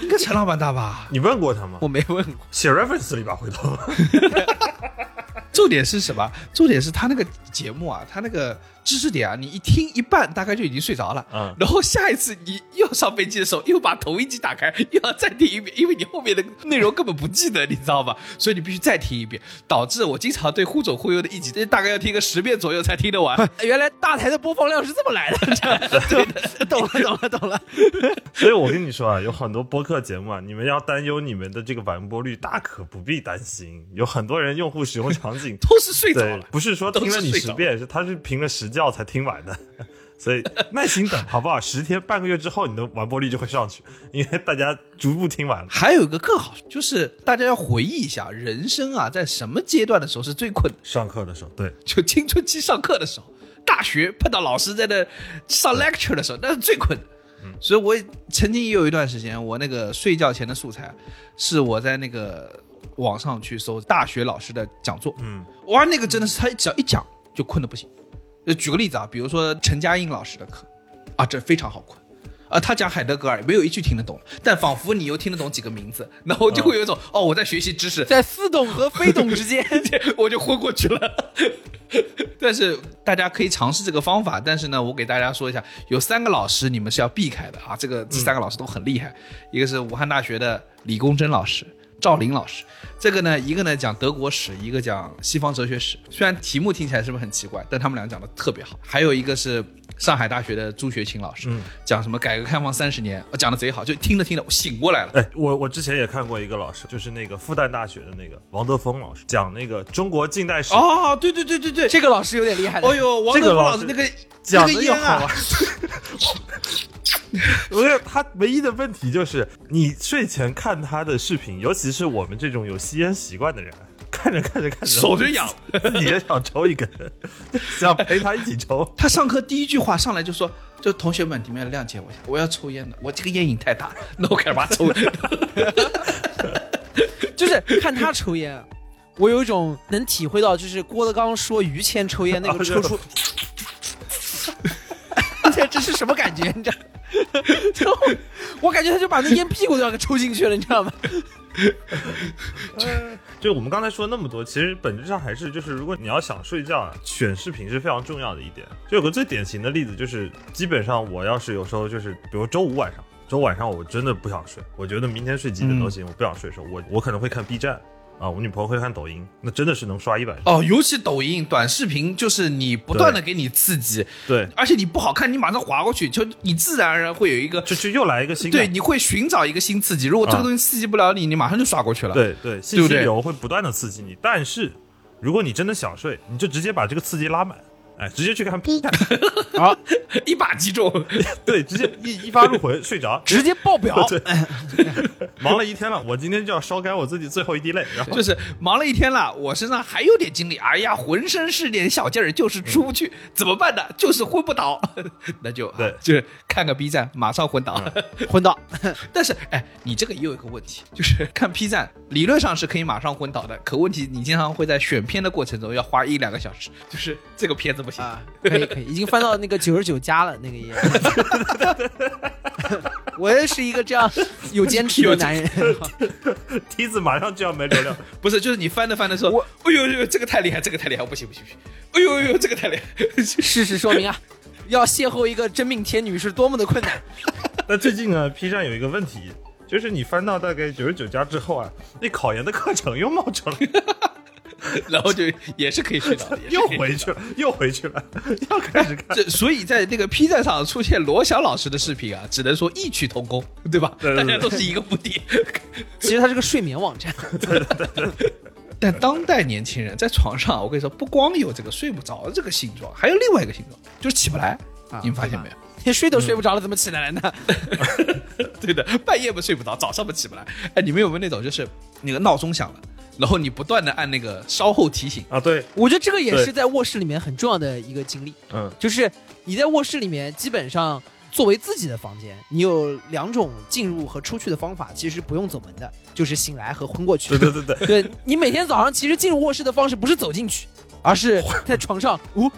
[SPEAKER 2] 应该陈老板大 <laughs> 吧？
[SPEAKER 4] <laughs> 你问过他吗？
[SPEAKER 3] 我没问过。
[SPEAKER 4] 写 reference 里吧，回头。 <laughs>
[SPEAKER 2] 重点是什么？重点是他那个节目啊，他那个知识点啊，你一听一半大概就已经睡着了。
[SPEAKER 4] 嗯
[SPEAKER 2] 然后下一次你又上飞机的时候，又把同一集打开，又要再听一遍，因为你后面的内容根本不记得，你知道吧？所以你必须再听一遍，导致我经常对忽左忽右的一集，大概要听个十遍左右才听得完。
[SPEAKER 3] <laughs> 原来大台的播放量是这么来的， <laughs> 懂了懂了懂了。 <laughs>
[SPEAKER 4] 所以我跟你说啊，有很多播客节目啊，你们要担忧你们的这个完播率，大可不必担心。有很多人用户使用场景
[SPEAKER 2] 都是睡着
[SPEAKER 4] 对
[SPEAKER 2] 了，，
[SPEAKER 4] 不是说
[SPEAKER 2] 都
[SPEAKER 4] 听了
[SPEAKER 2] 是
[SPEAKER 4] 你
[SPEAKER 2] 睡
[SPEAKER 4] 十
[SPEAKER 2] 着
[SPEAKER 4] 遍，是他是评了十觉才听完的，
[SPEAKER 2] <laughs>
[SPEAKER 4] 所以耐心等，好不好？十天半个月之后，你的完播率就会上去，因为大家逐步听完了。
[SPEAKER 2] 还有一个更好，就是大家要回忆一下，人生啊，在什么阶段的时候是最困的？
[SPEAKER 4] 上课的时候，对，
[SPEAKER 2] 就青春期上课的时候，大学碰到老师在那上 lecture 的时候，那是最困的。所以我曾经也有一段时间，我那个睡觉前的素材，是我在那个网上去搜大学老师的讲座，
[SPEAKER 4] 嗯，
[SPEAKER 2] 哇，那个真的是他只要一讲就困得不行。呃，举个例子啊，比如说陈嘉映老师的课，啊，这非常好困。啊，他讲海德格尔没有一句听得懂，但仿佛你又听得懂几个名字，然后就会有一种、哦，我在学习知识，
[SPEAKER 3] 在似懂和非懂之间， <laughs>
[SPEAKER 2] <laughs> 我就昏过去了。 <laughs> 但是大家可以尝试这个方法，但是呢，我给大家说一下，有三个老师你们是要避开的啊。这个这三个老师都很厉害，一个是武汉大学的李公真老师、赵林老师。这个呢，一个呢讲德国史，一个讲西方哲学史。虽然题目听起来是不是很奇怪，但他们俩讲的特别好。还有一个是上海大学的朱学勤老师，
[SPEAKER 4] 嗯
[SPEAKER 2] 讲什么改革开放三十年，哦讲的贼好，就听着听着我醒过来了。
[SPEAKER 4] 哎，我我之前也看过一个老师，就是那个复旦大学的那个王德峰老师，讲那个中国近代史，
[SPEAKER 2] 哦，对对对对对，
[SPEAKER 3] 这个老师有点厉害的
[SPEAKER 2] 哦。呦，王
[SPEAKER 4] 哎这
[SPEAKER 2] 德
[SPEAKER 4] 个
[SPEAKER 2] 峰
[SPEAKER 4] 老
[SPEAKER 2] 老师
[SPEAKER 4] 师
[SPEAKER 2] 那个
[SPEAKER 4] 讲
[SPEAKER 2] 那
[SPEAKER 4] 的
[SPEAKER 2] 个
[SPEAKER 4] 也
[SPEAKER 2] 烟
[SPEAKER 4] 好
[SPEAKER 2] 啊
[SPEAKER 4] 玩。。 <laughs> 不是他唯一的问题就是，你睡前看他的视频，尤其是我们这种有吸烟习惯的人，啊看着看着看着，
[SPEAKER 2] 手就痒，
[SPEAKER 4] <laughs> 你也想抽一根，想陪他一起抽。
[SPEAKER 2] 他上课第一句话上来就说：“就同学们，你们要谅解我一下，我要抽烟的，我这个烟瘾太大， <laughs> 那我开始把它抽了。
[SPEAKER 3] 就是看他抽烟，我有一种能体会到，就是郭德纲说于谦抽烟那个抽
[SPEAKER 4] <laughs>
[SPEAKER 3] 搐，这 <laughs> 这是什么感觉？你知道？就我感觉他就把那烟屁股都要给抽进去了，你知道吗？
[SPEAKER 4] 就我们刚才说那么多，其实本质上还是就是，如果你要想睡觉啊，选视频是非常重要的一点。就有个最典型的例子，就是基本上我要是有时候就是，比如周五晚上，周五晚上我真的不想睡，我觉得明天睡几点都
[SPEAKER 2] 嗯
[SPEAKER 4] 行，我不想睡的时候，我我可能会看 B 站啊，我女朋友会看抖音，那真的是能刷一晚上”。
[SPEAKER 2] 哦，尤其抖音短视频，就是你不断的给你刺激，
[SPEAKER 4] 对，
[SPEAKER 2] 而且你不好看，你马上划过去，就你自然而然会有一个
[SPEAKER 4] 就就又来一个新的。
[SPEAKER 2] 对，你会寻找一个新刺激。如果这个
[SPEAKER 4] 啊
[SPEAKER 2] 东西刺激不了你，你马上就刷过去了。，
[SPEAKER 4] 对对，信
[SPEAKER 2] 不
[SPEAKER 4] 息
[SPEAKER 2] 对
[SPEAKER 4] 流会不断的刺激你，但是如果你真的想睡，你就直接把这个刺激拉满，哎，直接去看 B 站，
[SPEAKER 2] <laughs>
[SPEAKER 4] <laughs>
[SPEAKER 2] 一把击中。 <laughs>
[SPEAKER 4] 对，直接一一发入魂睡着，
[SPEAKER 3] 直接爆表，
[SPEAKER 4] <laughs> 忙了一天了，我今天就要烧干我自己最后一滴泪，然后
[SPEAKER 2] 就是忙了一天了，我身上还有点精力，哎呀，浑身是点小劲儿，就是出不去，怎么办呢？就是昏不倒， <laughs> 那就
[SPEAKER 4] 对
[SPEAKER 2] <laughs>
[SPEAKER 4] 嗯
[SPEAKER 2] 就是看个 B 站，马上昏倒。
[SPEAKER 3] 昏倒。
[SPEAKER 2] 但是，哎，你这个也有一个问题，就是 <laughs> 看 B 站理论上是可以马上昏倒的，可问题你经常会在选片的过程中要花一两个小时，就是这个片子不行。
[SPEAKER 3] <laughs>
[SPEAKER 2] <laughs>
[SPEAKER 3] 啊，可以可以，已经翻到那个九十九加了那个 <laughs> 页。我也是一个这样有坚持的男人，
[SPEAKER 4] <laughs> 梯子马上就要没流 <laughs> 量，
[SPEAKER 2] 不是，就是你翻着翻着说，
[SPEAKER 3] 我
[SPEAKER 2] 哎呦哎呦，这个太厉害，这个太厉害，不行不行不行，哎呦哎呦，这个太厉害， <laughs>
[SPEAKER 3] 事实说明啊，要邂逅一个真命天女是多么的困难。
[SPEAKER 4] 那最近呢，P 站有一个问题，就是你翻到大概九十九家之后啊，那考研的课程又冒出来，
[SPEAKER 2] 然后就也是可以睡倒的，也是
[SPEAKER 4] 又
[SPEAKER 2] 可以
[SPEAKER 4] 回去 <laughs> 了，又回去了，又开始看。
[SPEAKER 2] 这所以在那个 P 站上出现罗翔老师的视频啊，只能说异曲同工，对吧？
[SPEAKER 4] 对对对
[SPEAKER 2] 大家都是一个目的。
[SPEAKER 3] 其实它是个睡眠网站，
[SPEAKER 2] 但当代年轻人在床上，我跟你说，不光有这个睡不着这个形状，还有另外一个形状，就是起不来。
[SPEAKER 3] 啊
[SPEAKER 2] 你们发现没有？
[SPEAKER 3] 你睡都睡不着了，怎么起来了呢？
[SPEAKER 2] 对的，半夜们睡不着，早上们起不来。哎，你们有没有那种就是那个闹钟响了，然后你不断的按那个稍后提醒？
[SPEAKER 4] 啊，对，
[SPEAKER 3] 我觉得这个也
[SPEAKER 4] 对
[SPEAKER 3] 是在卧室里面很重要的一个经历，
[SPEAKER 4] 嗯，
[SPEAKER 3] 就是你在卧室里面基本上。作为自己的房间，你有两种进入和出去的方法，其实不用走门的，就是醒来和昏过去。
[SPEAKER 4] 对对对对， <laughs>
[SPEAKER 3] 对你每天早上其实进入卧室的方式不是走进去，而是在床上，呜、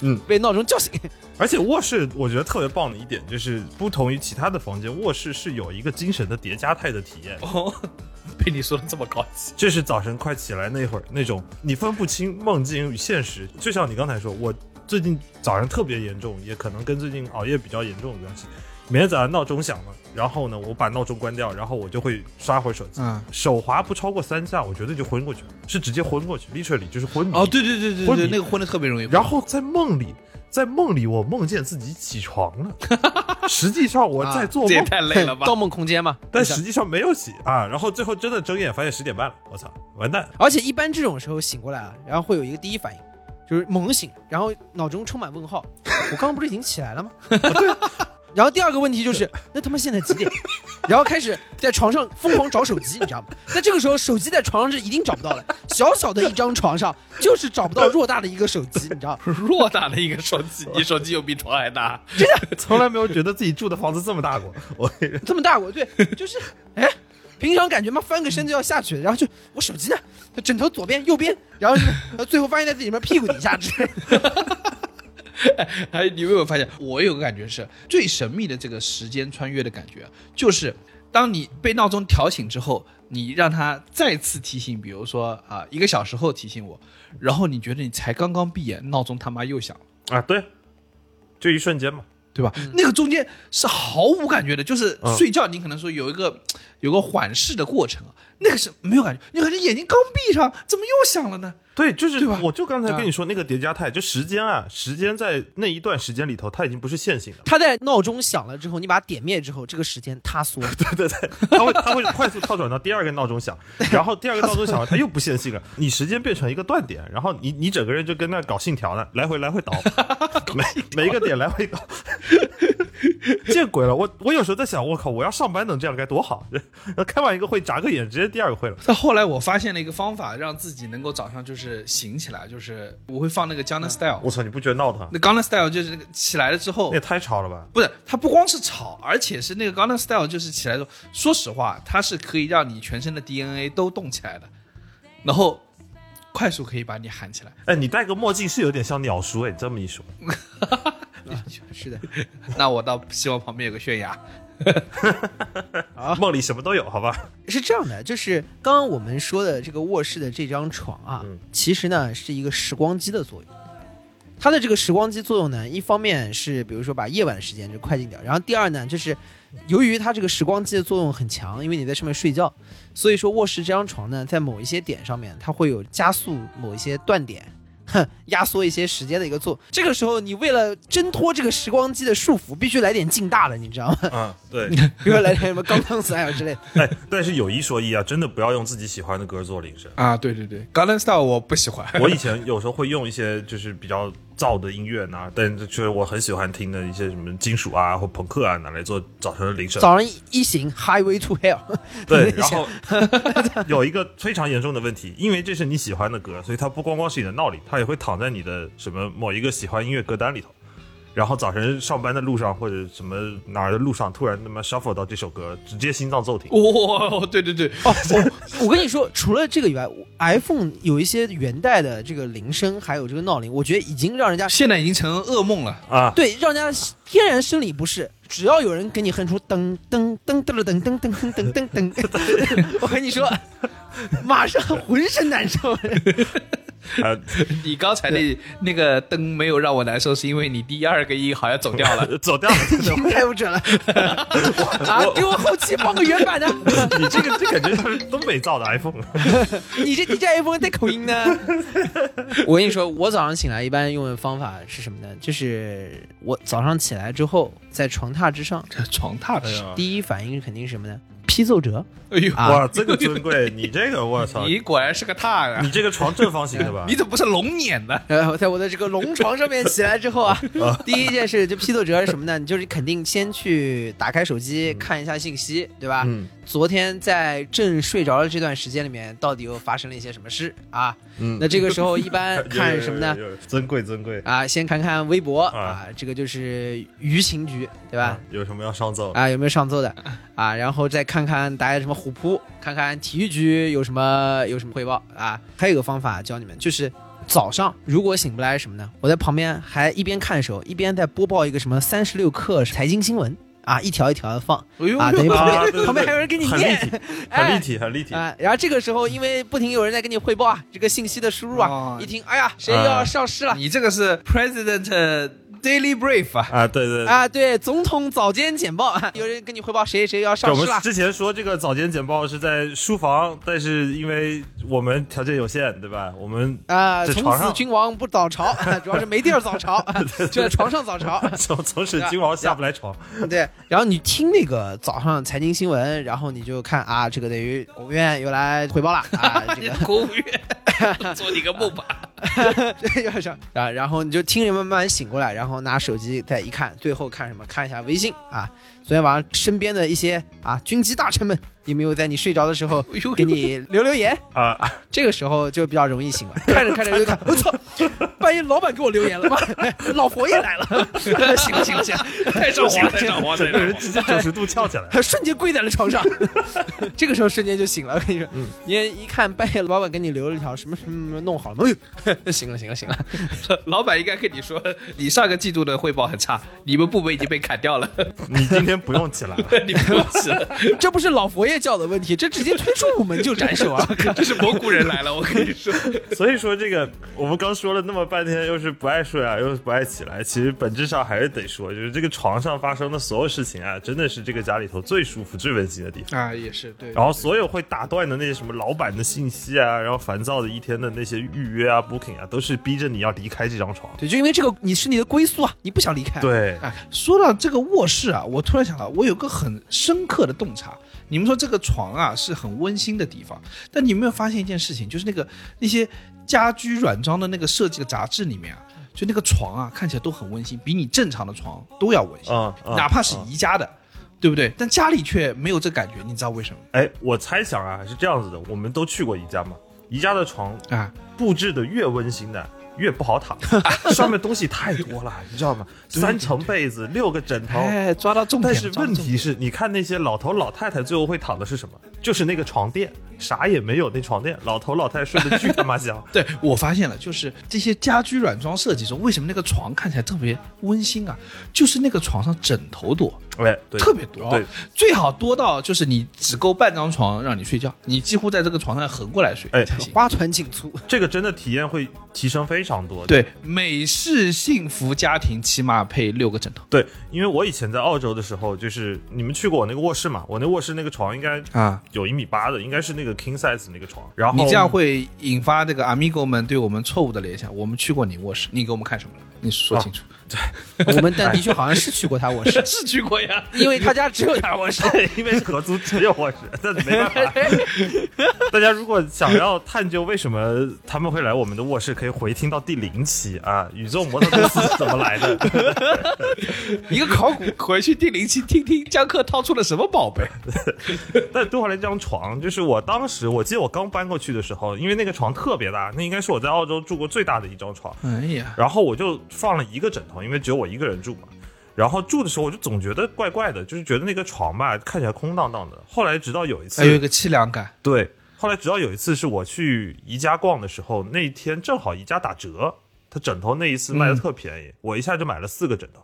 [SPEAKER 4] 嗯
[SPEAKER 3] <laughs> 被闹钟叫醒。
[SPEAKER 4] 而且卧室我觉得特别棒的一点就是，不同于其他的房间，卧室是有一个精神的叠加态的体验。
[SPEAKER 2] 哦， <laughs> 被你说的这么高级。
[SPEAKER 4] 这是早晨快起来那会儿那种你分不清梦境与现实，就像你刚才说，我最近早上特别严重，也可能跟最近熬夜比较严重有关系。每天早上闹钟响了，然后呢，我把闹钟关掉，然后我就会刷会儿手机，
[SPEAKER 2] 嗯
[SPEAKER 4] 手滑不超过三下，我绝对就昏过去了，是直接昏过去，literally 就是昏迷。
[SPEAKER 2] 哦，对对对对
[SPEAKER 4] 昏
[SPEAKER 2] 对，
[SPEAKER 4] 迷
[SPEAKER 2] 那个昏的特别容易。
[SPEAKER 4] <laughs> 然后在梦里，在梦里我梦见自己起床
[SPEAKER 2] <laughs>
[SPEAKER 4] 了，实际上我在做
[SPEAKER 2] 啊这也
[SPEAKER 4] 梦，
[SPEAKER 2] 太累了吧？
[SPEAKER 3] 盗梦空间嘛，
[SPEAKER 4] 但
[SPEAKER 3] 对的
[SPEAKER 4] 实际上没有起啊。然后最后真的睁眼发现十点半了，我操，完蛋！
[SPEAKER 3] 而且一般这种时候醒过来啊，然后会有一个第一反应，就是猛醒，然后脑中充满问号。我刚刚不是已经起来了吗？ <laughs> 哦对。然后第二个问题就是，那他妈现在几点？然后开始在床上疯狂找手机，你知道吗？那这个时候手机在床上是一定找不到的，小小的一张床上就是找不到偌大的一个手机，你知道吗？
[SPEAKER 5] 偌大的一个手机，你手机又比床还大，
[SPEAKER 4] <laughs> 从来没有觉得自己住的房子这么大过。 <laughs> 我
[SPEAKER 3] 这么大我对，就是哎，平常感觉嘛翻个身就要下去，然后就我手机呢，就枕头左边右边，然后就最后发现在自己什么屁股底下之类的。，
[SPEAKER 2] <laughs> 哎，你有没有发现？我有个感觉是最神秘的这个时间穿越的感觉，就是当你被闹钟调醒之后，你让它再次提醒，比如说啊、一个小时后提醒我，然后你觉得你才刚刚闭眼，闹钟他妈又响了，
[SPEAKER 4] 啊，对，就一瞬间嘛。
[SPEAKER 2] 对吧？那个中间是毫无感觉的，就是
[SPEAKER 4] 嗯
[SPEAKER 2] 睡觉，你可能说有一个有个缓释的过程啊，那个是没有感觉，你感觉眼睛刚闭上，怎么又响了呢？
[SPEAKER 4] 对，就是
[SPEAKER 2] 对吧
[SPEAKER 4] 我就刚才跟你说那个叠加态，就时间啊，时间在那一段时间里头，它已经不是线性的
[SPEAKER 3] 它在闹钟响了之后，你把它点灭之后，这个时间它缩了。
[SPEAKER 4] <laughs> 对对对，它会它会快速跳转到第二个闹钟响，然后第二个闹钟响了，它又不线性了，你时间变成一个断点，然后你你整个人就跟那搞信条呢，来回来 <laughs> 回倒，每每一个点来回 <laughs> 倒，见鬼了！我我有时候在想，我靠，我要上班能这样该多好，开完一个会眨个眼，直接第二个会了。
[SPEAKER 2] 但后来我发现了一个方法，让自己能够早上就是醒起来，就是我会放那个 j o n a Style，
[SPEAKER 4] 嗯我操，你不觉得闹腾？
[SPEAKER 2] 那 Gangnam Style 就是那个起来了之后
[SPEAKER 4] 那也，太吵了吧！
[SPEAKER 2] 不是它不光是吵，而且是那个 Gangnam Style 就是起来之后，说实话，它是可以让你全身的 DNA 都动起来的，然后快速可以把你喊起来。
[SPEAKER 4] 哎，你戴个墨镜是有点像鸟叔哎，你这么一说，
[SPEAKER 3] <laughs> 是的，
[SPEAKER 2] 那我倒希望旁边有个悬崖。。
[SPEAKER 4] 梦里什么都有，好吧？
[SPEAKER 3] 是这样的，就是刚刚我们说的这个卧室的这张床啊，
[SPEAKER 4] 嗯
[SPEAKER 3] 其实呢是一个时光机的作用。它的这个时光机作用呢，一方面是比如说把夜晚的时间就快进掉，然后第二呢就是，由于它这个时光机的作用很强，因为你在上面睡觉，所以说卧室这张床呢，在某一些点上面它会有加速某一些断点。哼，压缩一些时间的一个作用，这个时候你为了挣脱这个时光机的束缚，必须来点劲大的，你知道吗？ <laughs>
[SPEAKER 4] 啊，对，
[SPEAKER 3] 比如来点什么《钢钢 style》之类的。
[SPEAKER 4] 哎，但是有一说一啊，真的不要用自己喜欢的歌做铃声
[SPEAKER 2] 啊，对对对，Gangnam Style 我不喜欢。
[SPEAKER 4] 我以前有时候会用一些就是比较燥的音乐呐，但是就是我很喜欢听的一些什么金属啊或朋克啊，拿来做早晨的铃声。
[SPEAKER 3] 早上一一醒，Highway to Hell，
[SPEAKER 4] 对，然后有一个非常严重的问题，因为这是你喜欢的歌，所以它不光光是你的闹铃，它也会躺在你的什么某一个喜欢音乐歌单里头。然后早晨上班的路上或者什么哪儿的路上，突然他妈 shuffle 到这首歌，直接心脏骤停。
[SPEAKER 2] 哦，对对对，哦，
[SPEAKER 3] <laughs> 我跟你说，除了这个以外我，iPhone 有一些元代的这个铃声，还有这个闹铃，我觉得已经让人家 <laughs>
[SPEAKER 2] 现在已经成噩梦了。
[SPEAKER 4] 啊，
[SPEAKER 3] 对让人家天然生理不适。只要有人给你哼出噔噔噔噔噔噔噔噔噔噔
[SPEAKER 4] <laughs>
[SPEAKER 3] 噔，我跟你说，马上浑身难受。
[SPEAKER 4] 呃，
[SPEAKER 2] 你刚才那那个灯没有让我难受，是因为你第二个音好像走 <laughs> 掉了。
[SPEAKER 4] 走掉了。
[SPEAKER 3] 应该不准了啊！给我后期放个原版的，
[SPEAKER 4] 你这个这感觉像是东北造的 iPhone，
[SPEAKER 3] <laughs> 你这你这 iPhone 带口
[SPEAKER 4] <laughs>
[SPEAKER 3] 音呢？我跟你说，我早上醒来一般用的方法是什么呢？就是我早上起来之后，在床榻之上，
[SPEAKER 2] 床榻
[SPEAKER 4] 啊
[SPEAKER 2] 的，
[SPEAKER 3] 第一反应肯定是什么呢？批奏折，
[SPEAKER 2] 哎呦，
[SPEAKER 3] 啊
[SPEAKER 4] 哇，这个尊贵，你这个我操，
[SPEAKER 2] 你果然是个榻
[SPEAKER 4] 你
[SPEAKER 2] 啊！
[SPEAKER 4] 这个床正方形的吧
[SPEAKER 2] 你？怎么不是龙撵呢？
[SPEAKER 3] 然后在我的这个龙床上面起来之后
[SPEAKER 4] <laughs>
[SPEAKER 3] 啊，第一件事就批奏折是什么呢？你就是肯定先去打开手机看一下信息，对吧？
[SPEAKER 4] 嗯
[SPEAKER 3] 昨天在正睡着的这段时间里面，到底又发生了一些什么事啊？
[SPEAKER 4] 嗯
[SPEAKER 3] 那这个时候一般看什么呢？？
[SPEAKER 4] <laughs> 有有有有尊贵尊贵
[SPEAKER 3] 啊，先看看微博
[SPEAKER 4] 啊
[SPEAKER 3] 啊，这个就是舆情局，对吧？，
[SPEAKER 4] 有什么要上奏？
[SPEAKER 3] 啊，有没有上奏的啊？然后再看看大家有什么虎扑，看看体育局有什么有什么汇报啊？还有一个方法教你们，就是早上如果醒不来什么呢？我在旁边还一边看的时候，一边在播报一个什么三十六氪财经新闻啊，一条一条的放
[SPEAKER 2] 哎呦
[SPEAKER 3] 啊，等于旁
[SPEAKER 4] 啊
[SPEAKER 3] 边
[SPEAKER 4] 对对对
[SPEAKER 3] 旁边还有人给你
[SPEAKER 4] 很立
[SPEAKER 3] 念
[SPEAKER 4] 体，很
[SPEAKER 3] <laughs> 哎
[SPEAKER 4] 立体，很立体。
[SPEAKER 3] 啊，然后这个时候因为不停有人在跟你汇报啊，这个信息的输入啊
[SPEAKER 2] 哦，
[SPEAKER 3] 一听哎呀谁要
[SPEAKER 4] 啊
[SPEAKER 5] <laughs>
[SPEAKER 3] 上市了。
[SPEAKER 2] 你这个是 President Daily Brief 啊？
[SPEAKER 4] <laughs> 啊，对对。
[SPEAKER 3] 啊，对，总统早间简报， <laughs> 有人跟你汇报谁谁要
[SPEAKER 4] 对
[SPEAKER 3] 上
[SPEAKER 4] 我
[SPEAKER 3] 市
[SPEAKER 4] 们
[SPEAKER 3] 了。
[SPEAKER 4] 之前说这个早间简报是在书房，但是因为我们条件有限，对吧？我们
[SPEAKER 3] 啊，
[SPEAKER 4] 在
[SPEAKER 3] 从
[SPEAKER 4] 床
[SPEAKER 3] 此
[SPEAKER 4] 上
[SPEAKER 3] 君王不早朝， <laughs> 主要是没地儿早朝，就在床上早朝。
[SPEAKER 4] <laughs>
[SPEAKER 3] <laughs>
[SPEAKER 4] 从从
[SPEAKER 3] 啊
[SPEAKER 4] 此君王下不来床。
[SPEAKER 3] 对，然后你听那个早上财经新闻，然后你就看啊，这个等于国务院又来汇报了啊，这个
[SPEAKER 5] <laughs> 国务院做你个梦吧。
[SPEAKER 4] <laughs>
[SPEAKER 3] <laughs> 有点像啊。然后你就听人慢慢醒过来，然后拿手机再一看，最后看什么？看一下微信啊。昨天晚上身边的一些啊军机大臣们有没有在你睡着的
[SPEAKER 4] <laughs>
[SPEAKER 3] 时
[SPEAKER 4] 哎
[SPEAKER 3] 候
[SPEAKER 2] 呦
[SPEAKER 3] 给你留留言？
[SPEAKER 4] 啊，
[SPEAKER 3] 这个时候就比较容易醒了。看着看着就看， <laughs> 我操，半夜老板给我留言了吗？ <laughs> 老佛爷来了， <laughs> 醒了醒了醒了， <laughs>
[SPEAKER 5] 太上皇，太上
[SPEAKER 4] <laughs>
[SPEAKER 5] 皇，太上皇！
[SPEAKER 4] 直接九十度翘起来。
[SPEAKER 3] 瞬间跪在了床上。 <laughs> 这个时候瞬间就醒了，我跟你说，你一看半夜老板给你留了一条什么什么什么弄好了吗？哎呦 <laughs> 醒了醒了醒了。
[SPEAKER 5] <laughs> 老板应该跟你说，你上个季度的汇报很差，你们部门已经被砍掉了， <laughs>
[SPEAKER 4] 你今天不用起来了，
[SPEAKER 5] 你不用起了，
[SPEAKER 3] 这不是老佛爷教的问题，这直接推出午门就斩首 <laughs> 啊！
[SPEAKER 5] 这是蒙古人来了，我跟你说，
[SPEAKER 4] 所以说这个我们刚说了那么半天，又是不爱睡啊，又是不爱起来，其实本质上还是得说，就是这个床上发生的所有事情啊，真的是这个家里头最舒服、最温馨的地
[SPEAKER 2] <laughs>
[SPEAKER 4] 方。
[SPEAKER 2] 啊，也是对。
[SPEAKER 4] 然后所有会打断的那些什么老板的信息啊，然后烦躁的一天的那些预约啊、booking 啊，都是逼着你要离开这张床。
[SPEAKER 3] 对，就因为这个你是你的归宿啊，你不想离开。，
[SPEAKER 4] 对，
[SPEAKER 2] 哎，说到这个卧室啊，我突然想到，我有个很深刻的洞察。你们说这个床啊是很温馨的地方，但你有没有发现一件事情，就是那个那些家居软装的那个设计的杂志里面啊，就那个床啊看起来都很温馨，比你正常的床都要温馨，
[SPEAKER 4] 嗯嗯
[SPEAKER 2] 哪怕是宜家的，对不对？但家里却没有这感觉，你知道为什么吗？
[SPEAKER 4] 哎，我猜想啊是这样子的，我们都去过宜家嘛，宜家的床
[SPEAKER 2] 啊，
[SPEAKER 4] 布置的越温馨的。越不好躺， <laughs> 上面东西太多了，你知道吗？三层被子，六个枕头，
[SPEAKER 2] 哎，抓到重点
[SPEAKER 4] 但
[SPEAKER 2] 了。
[SPEAKER 4] 是
[SPEAKER 2] 抓到
[SPEAKER 4] 问
[SPEAKER 2] 重点。
[SPEAKER 4] 题是，你看那些老头老太太最后会躺的是什么？就是那个床垫，啥也没有，那床垫，老头老太太睡得巨他妈香 <laughs>
[SPEAKER 2] 对我发现了，就是这些家居软装设计中，为什么那个床看起来特别温馨啊？就是那个床上枕头多，
[SPEAKER 4] 哎，对，
[SPEAKER 2] 特别多，
[SPEAKER 4] 对，
[SPEAKER 2] 最好多到就是你只够半张床让你睡觉，你几乎在这个床上横过来睡
[SPEAKER 4] 哎
[SPEAKER 2] 才行。
[SPEAKER 3] 花团锦簇，
[SPEAKER 4] 这个真的体验会提升非常多。
[SPEAKER 2] 对，美式幸福家庭起码配六个枕头
[SPEAKER 4] 对，因为我以前在澳洲的时候，就是你们去过我那个卧室嘛，我那卧室那个床应该
[SPEAKER 2] 啊。
[SPEAKER 4] 有一米八的，应该是那个 king size 那个床。然后
[SPEAKER 2] 你这样
[SPEAKER 4] <laughs>
[SPEAKER 2] 会引发这个 amigo 们对我们错误的联想。我们去过你卧室，你给我们看什么了？你说清 <laughs> 楚。
[SPEAKER 3] 我们但的确好像是去过他卧室，
[SPEAKER 2] <laughs>
[SPEAKER 5] 是去过呀，
[SPEAKER 3] <laughs> 因为他家只有他卧室。
[SPEAKER 4] 因为是合租只有卧室，但没办法。大家如果想要探究为什么他们会来我们的卧室，可以回听到第零期啊，宇宙摩托公司是怎么来的？
[SPEAKER 2] <laughs>
[SPEAKER 5] 一个考
[SPEAKER 3] <laughs>
[SPEAKER 5] 古回去第零期听听江克掏出了什么宝贝，
[SPEAKER 4] 但多回来这张床，就是我当时我记得我刚搬过去的时候，因为那个床特别大，那应该是我在澳洲住过最大的一张床。
[SPEAKER 2] 哎呀，
[SPEAKER 4] 然后我就放了一个枕头，因为只有我一个人住嘛。然后住的时候，我就总觉得怪怪的，就是觉得那个床吧看起来空荡荡的。后来直到有一次，
[SPEAKER 2] 还哎有一个凄凉感。
[SPEAKER 4] 对，后来直到有一次是我去宜家逛的时候，那一天正好宜家打折，它枕头那一次卖的特便宜，我一下就买了四个枕头，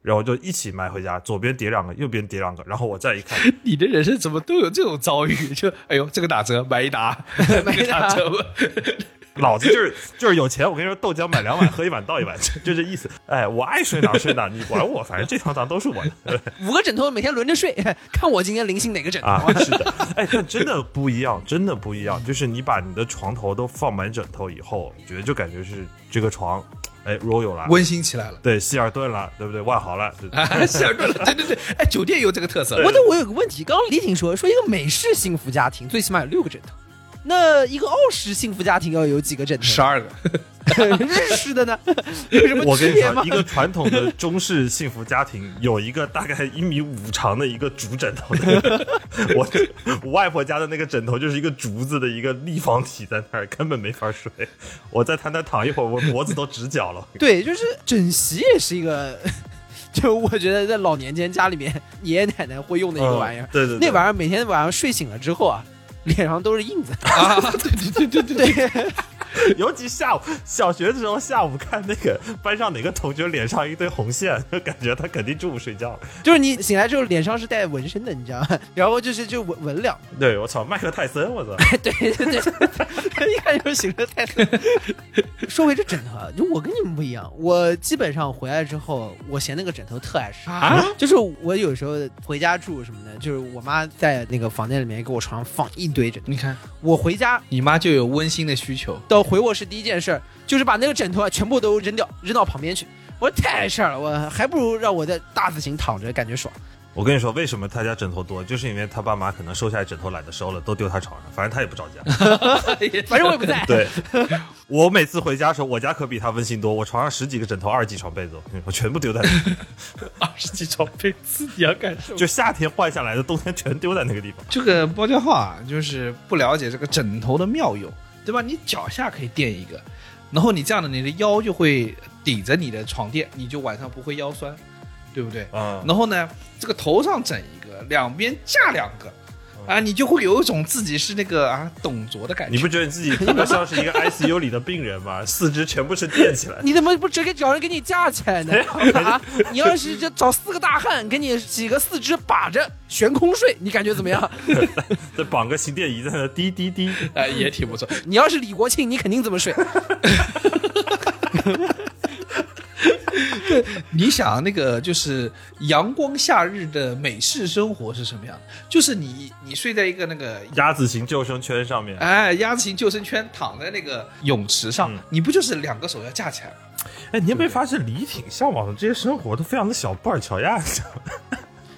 [SPEAKER 4] 然后就一起买回家，左边叠两个，右边叠两个，然后我再一看，
[SPEAKER 5] 你的人生怎么都有这种遭遇？就哎呦，这个打折买一打，买一打折吧。
[SPEAKER 4] 老子就是就是有钱，我跟你说，豆浆买两碗，喝一碗倒一碗， <laughs> 就这意思。哎，我爱睡哪儿睡哪儿，你管我，反正这床单都是我的。
[SPEAKER 3] 五个枕头每天轮着睡， <laughs> 看我今天零星哪个枕头。
[SPEAKER 4] 啊，是的， <laughs> 哎，但真的不一样，真的不一样。就是你把你的床头都放满枕头以后，觉得就感觉是这个床，哎，royal 了，
[SPEAKER 2] 温馨起来
[SPEAKER 4] <laughs>
[SPEAKER 2] 了，
[SPEAKER 4] 对，希尔顿了，对不对？万豪了，对
[SPEAKER 5] 啊，想对了，对对对，哎，酒店有这个特色，
[SPEAKER 3] 我但我有个问题，刚刚李挺说说一个美式幸福家庭最起码有六个枕头，那一个澳式幸福家庭要有几个枕头？
[SPEAKER 2] 十二个。
[SPEAKER 3] <laughs> 日式的呢？有什么
[SPEAKER 4] 我
[SPEAKER 3] 区
[SPEAKER 4] 跟你
[SPEAKER 3] 别吗
[SPEAKER 4] 说，一？个传统的中式幸福家庭有一个大概一米五长的一个竹枕头的， <laughs> 我我外婆家的那个枕头就是一个竹子的一个立方体在那儿，根本没法睡。我在他那躺一会儿，我脖子都直角了。
[SPEAKER 3] 对，就是枕席也是一个， <laughs> 就我觉得在老年间家里面爷爷奶奶会用的一个玩意儿
[SPEAKER 4] 嗯。对对对
[SPEAKER 3] 那玩意儿每天晚上睡醒了之后啊，脸上都是印
[SPEAKER 4] <laughs>
[SPEAKER 3] 子。 <laughs>
[SPEAKER 5] 啊，对对对对对，
[SPEAKER 4] 尤其下午小学的时候，下午看那个班上哪个同学脸上一堆红线， <laughs> 就感觉他肯定中午睡觉了。
[SPEAKER 3] 就是你醒来之后脸上是带纹身的，你知道吗？然后就是就纹纹了，
[SPEAKER 4] 对我操，麦克泰森，我操！
[SPEAKER 3] 对对对对，一 <laughs> 看就是醒着太疼。说回这枕头，啊，就我跟你们不一样，我基本上回来之后，我嫌那个枕头特碍事
[SPEAKER 2] 啊，
[SPEAKER 3] 就是我有时候回家住什么的，就是我妈在那个房间里面给我床上放一堆枕头，
[SPEAKER 2] 你看，
[SPEAKER 3] 我回家
[SPEAKER 2] 你妈就有温馨的需 <laughs> 求。
[SPEAKER 3] 到回卧室第一件事儿就是把那个枕头啊全部都扔掉，扔到旁边去。我说太碍事儿了，我还不如让我在大字型躺着，感觉爽。
[SPEAKER 4] 我跟你说，为什么他家枕头多，就是因为他爸妈可
[SPEAKER 2] 哎
[SPEAKER 4] 能收下来枕头懒得收了，都丢他床上，反正他也不着家。
[SPEAKER 3] <laughs> 反正我也不在。
[SPEAKER 4] 对， <laughs> 我每次回家的时候，我家可比他温馨多。我床上十几个枕头，二十几床被子，我全部丢在那里，
[SPEAKER 5] 二十几床被子，你要干什么？
[SPEAKER 4] <laughs> 就夏天换下来的，冬天全丢在那个地方。
[SPEAKER 2] 这个包浆话就是不了解这个枕头的妙用，对吧？你脚下可以垫一个，然后你这样的你的腰就会抵着你的床垫，你就晚上不会腰酸，对不对？
[SPEAKER 4] 嗯，
[SPEAKER 2] 然后呢，这个头上整一个，两边架两个，啊，你就会有一种自己是那个啊董卓的感
[SPEAKER 4] 你
[SPEAKER 2] 觉。
[SPEAKER 4] 不觉得你自己特别像是一个 ICU 里的病人吗？四肢全部是垫起来，
[SPEAKER 3] 你怎么不直接找人给你架起来呢？啊，你要是这找四个大汉给你几个四肢把着悬空睡，你感觉怎么样？
[SPEAKER 4] 再绑个心电仪在那滴滴滴。
[SPEAKER 5] 哎，也挺不错。
[SPEAKER 3] 你要是李国庆，你肯定怎么睡？
[SPEAKER 2] 你想那个就是阳光夏日的美式生活是什么样的？就是你你睡在一个那个
[SPEAKER 5] 嗯
[SPEAKER 4] 鸭子型救生圈上面，
[SPEAKER 2] 哎鸭子型救生圈，躺在那个泳池上，
[SPEAKER 4] 嗯
[SPEAKER 2] 你不就是两个手要架起来吗？ <laughs>
[SPEAKER 4] 哎，你有没有发现李挺向往的这些生活都非常的小布尔乔亚？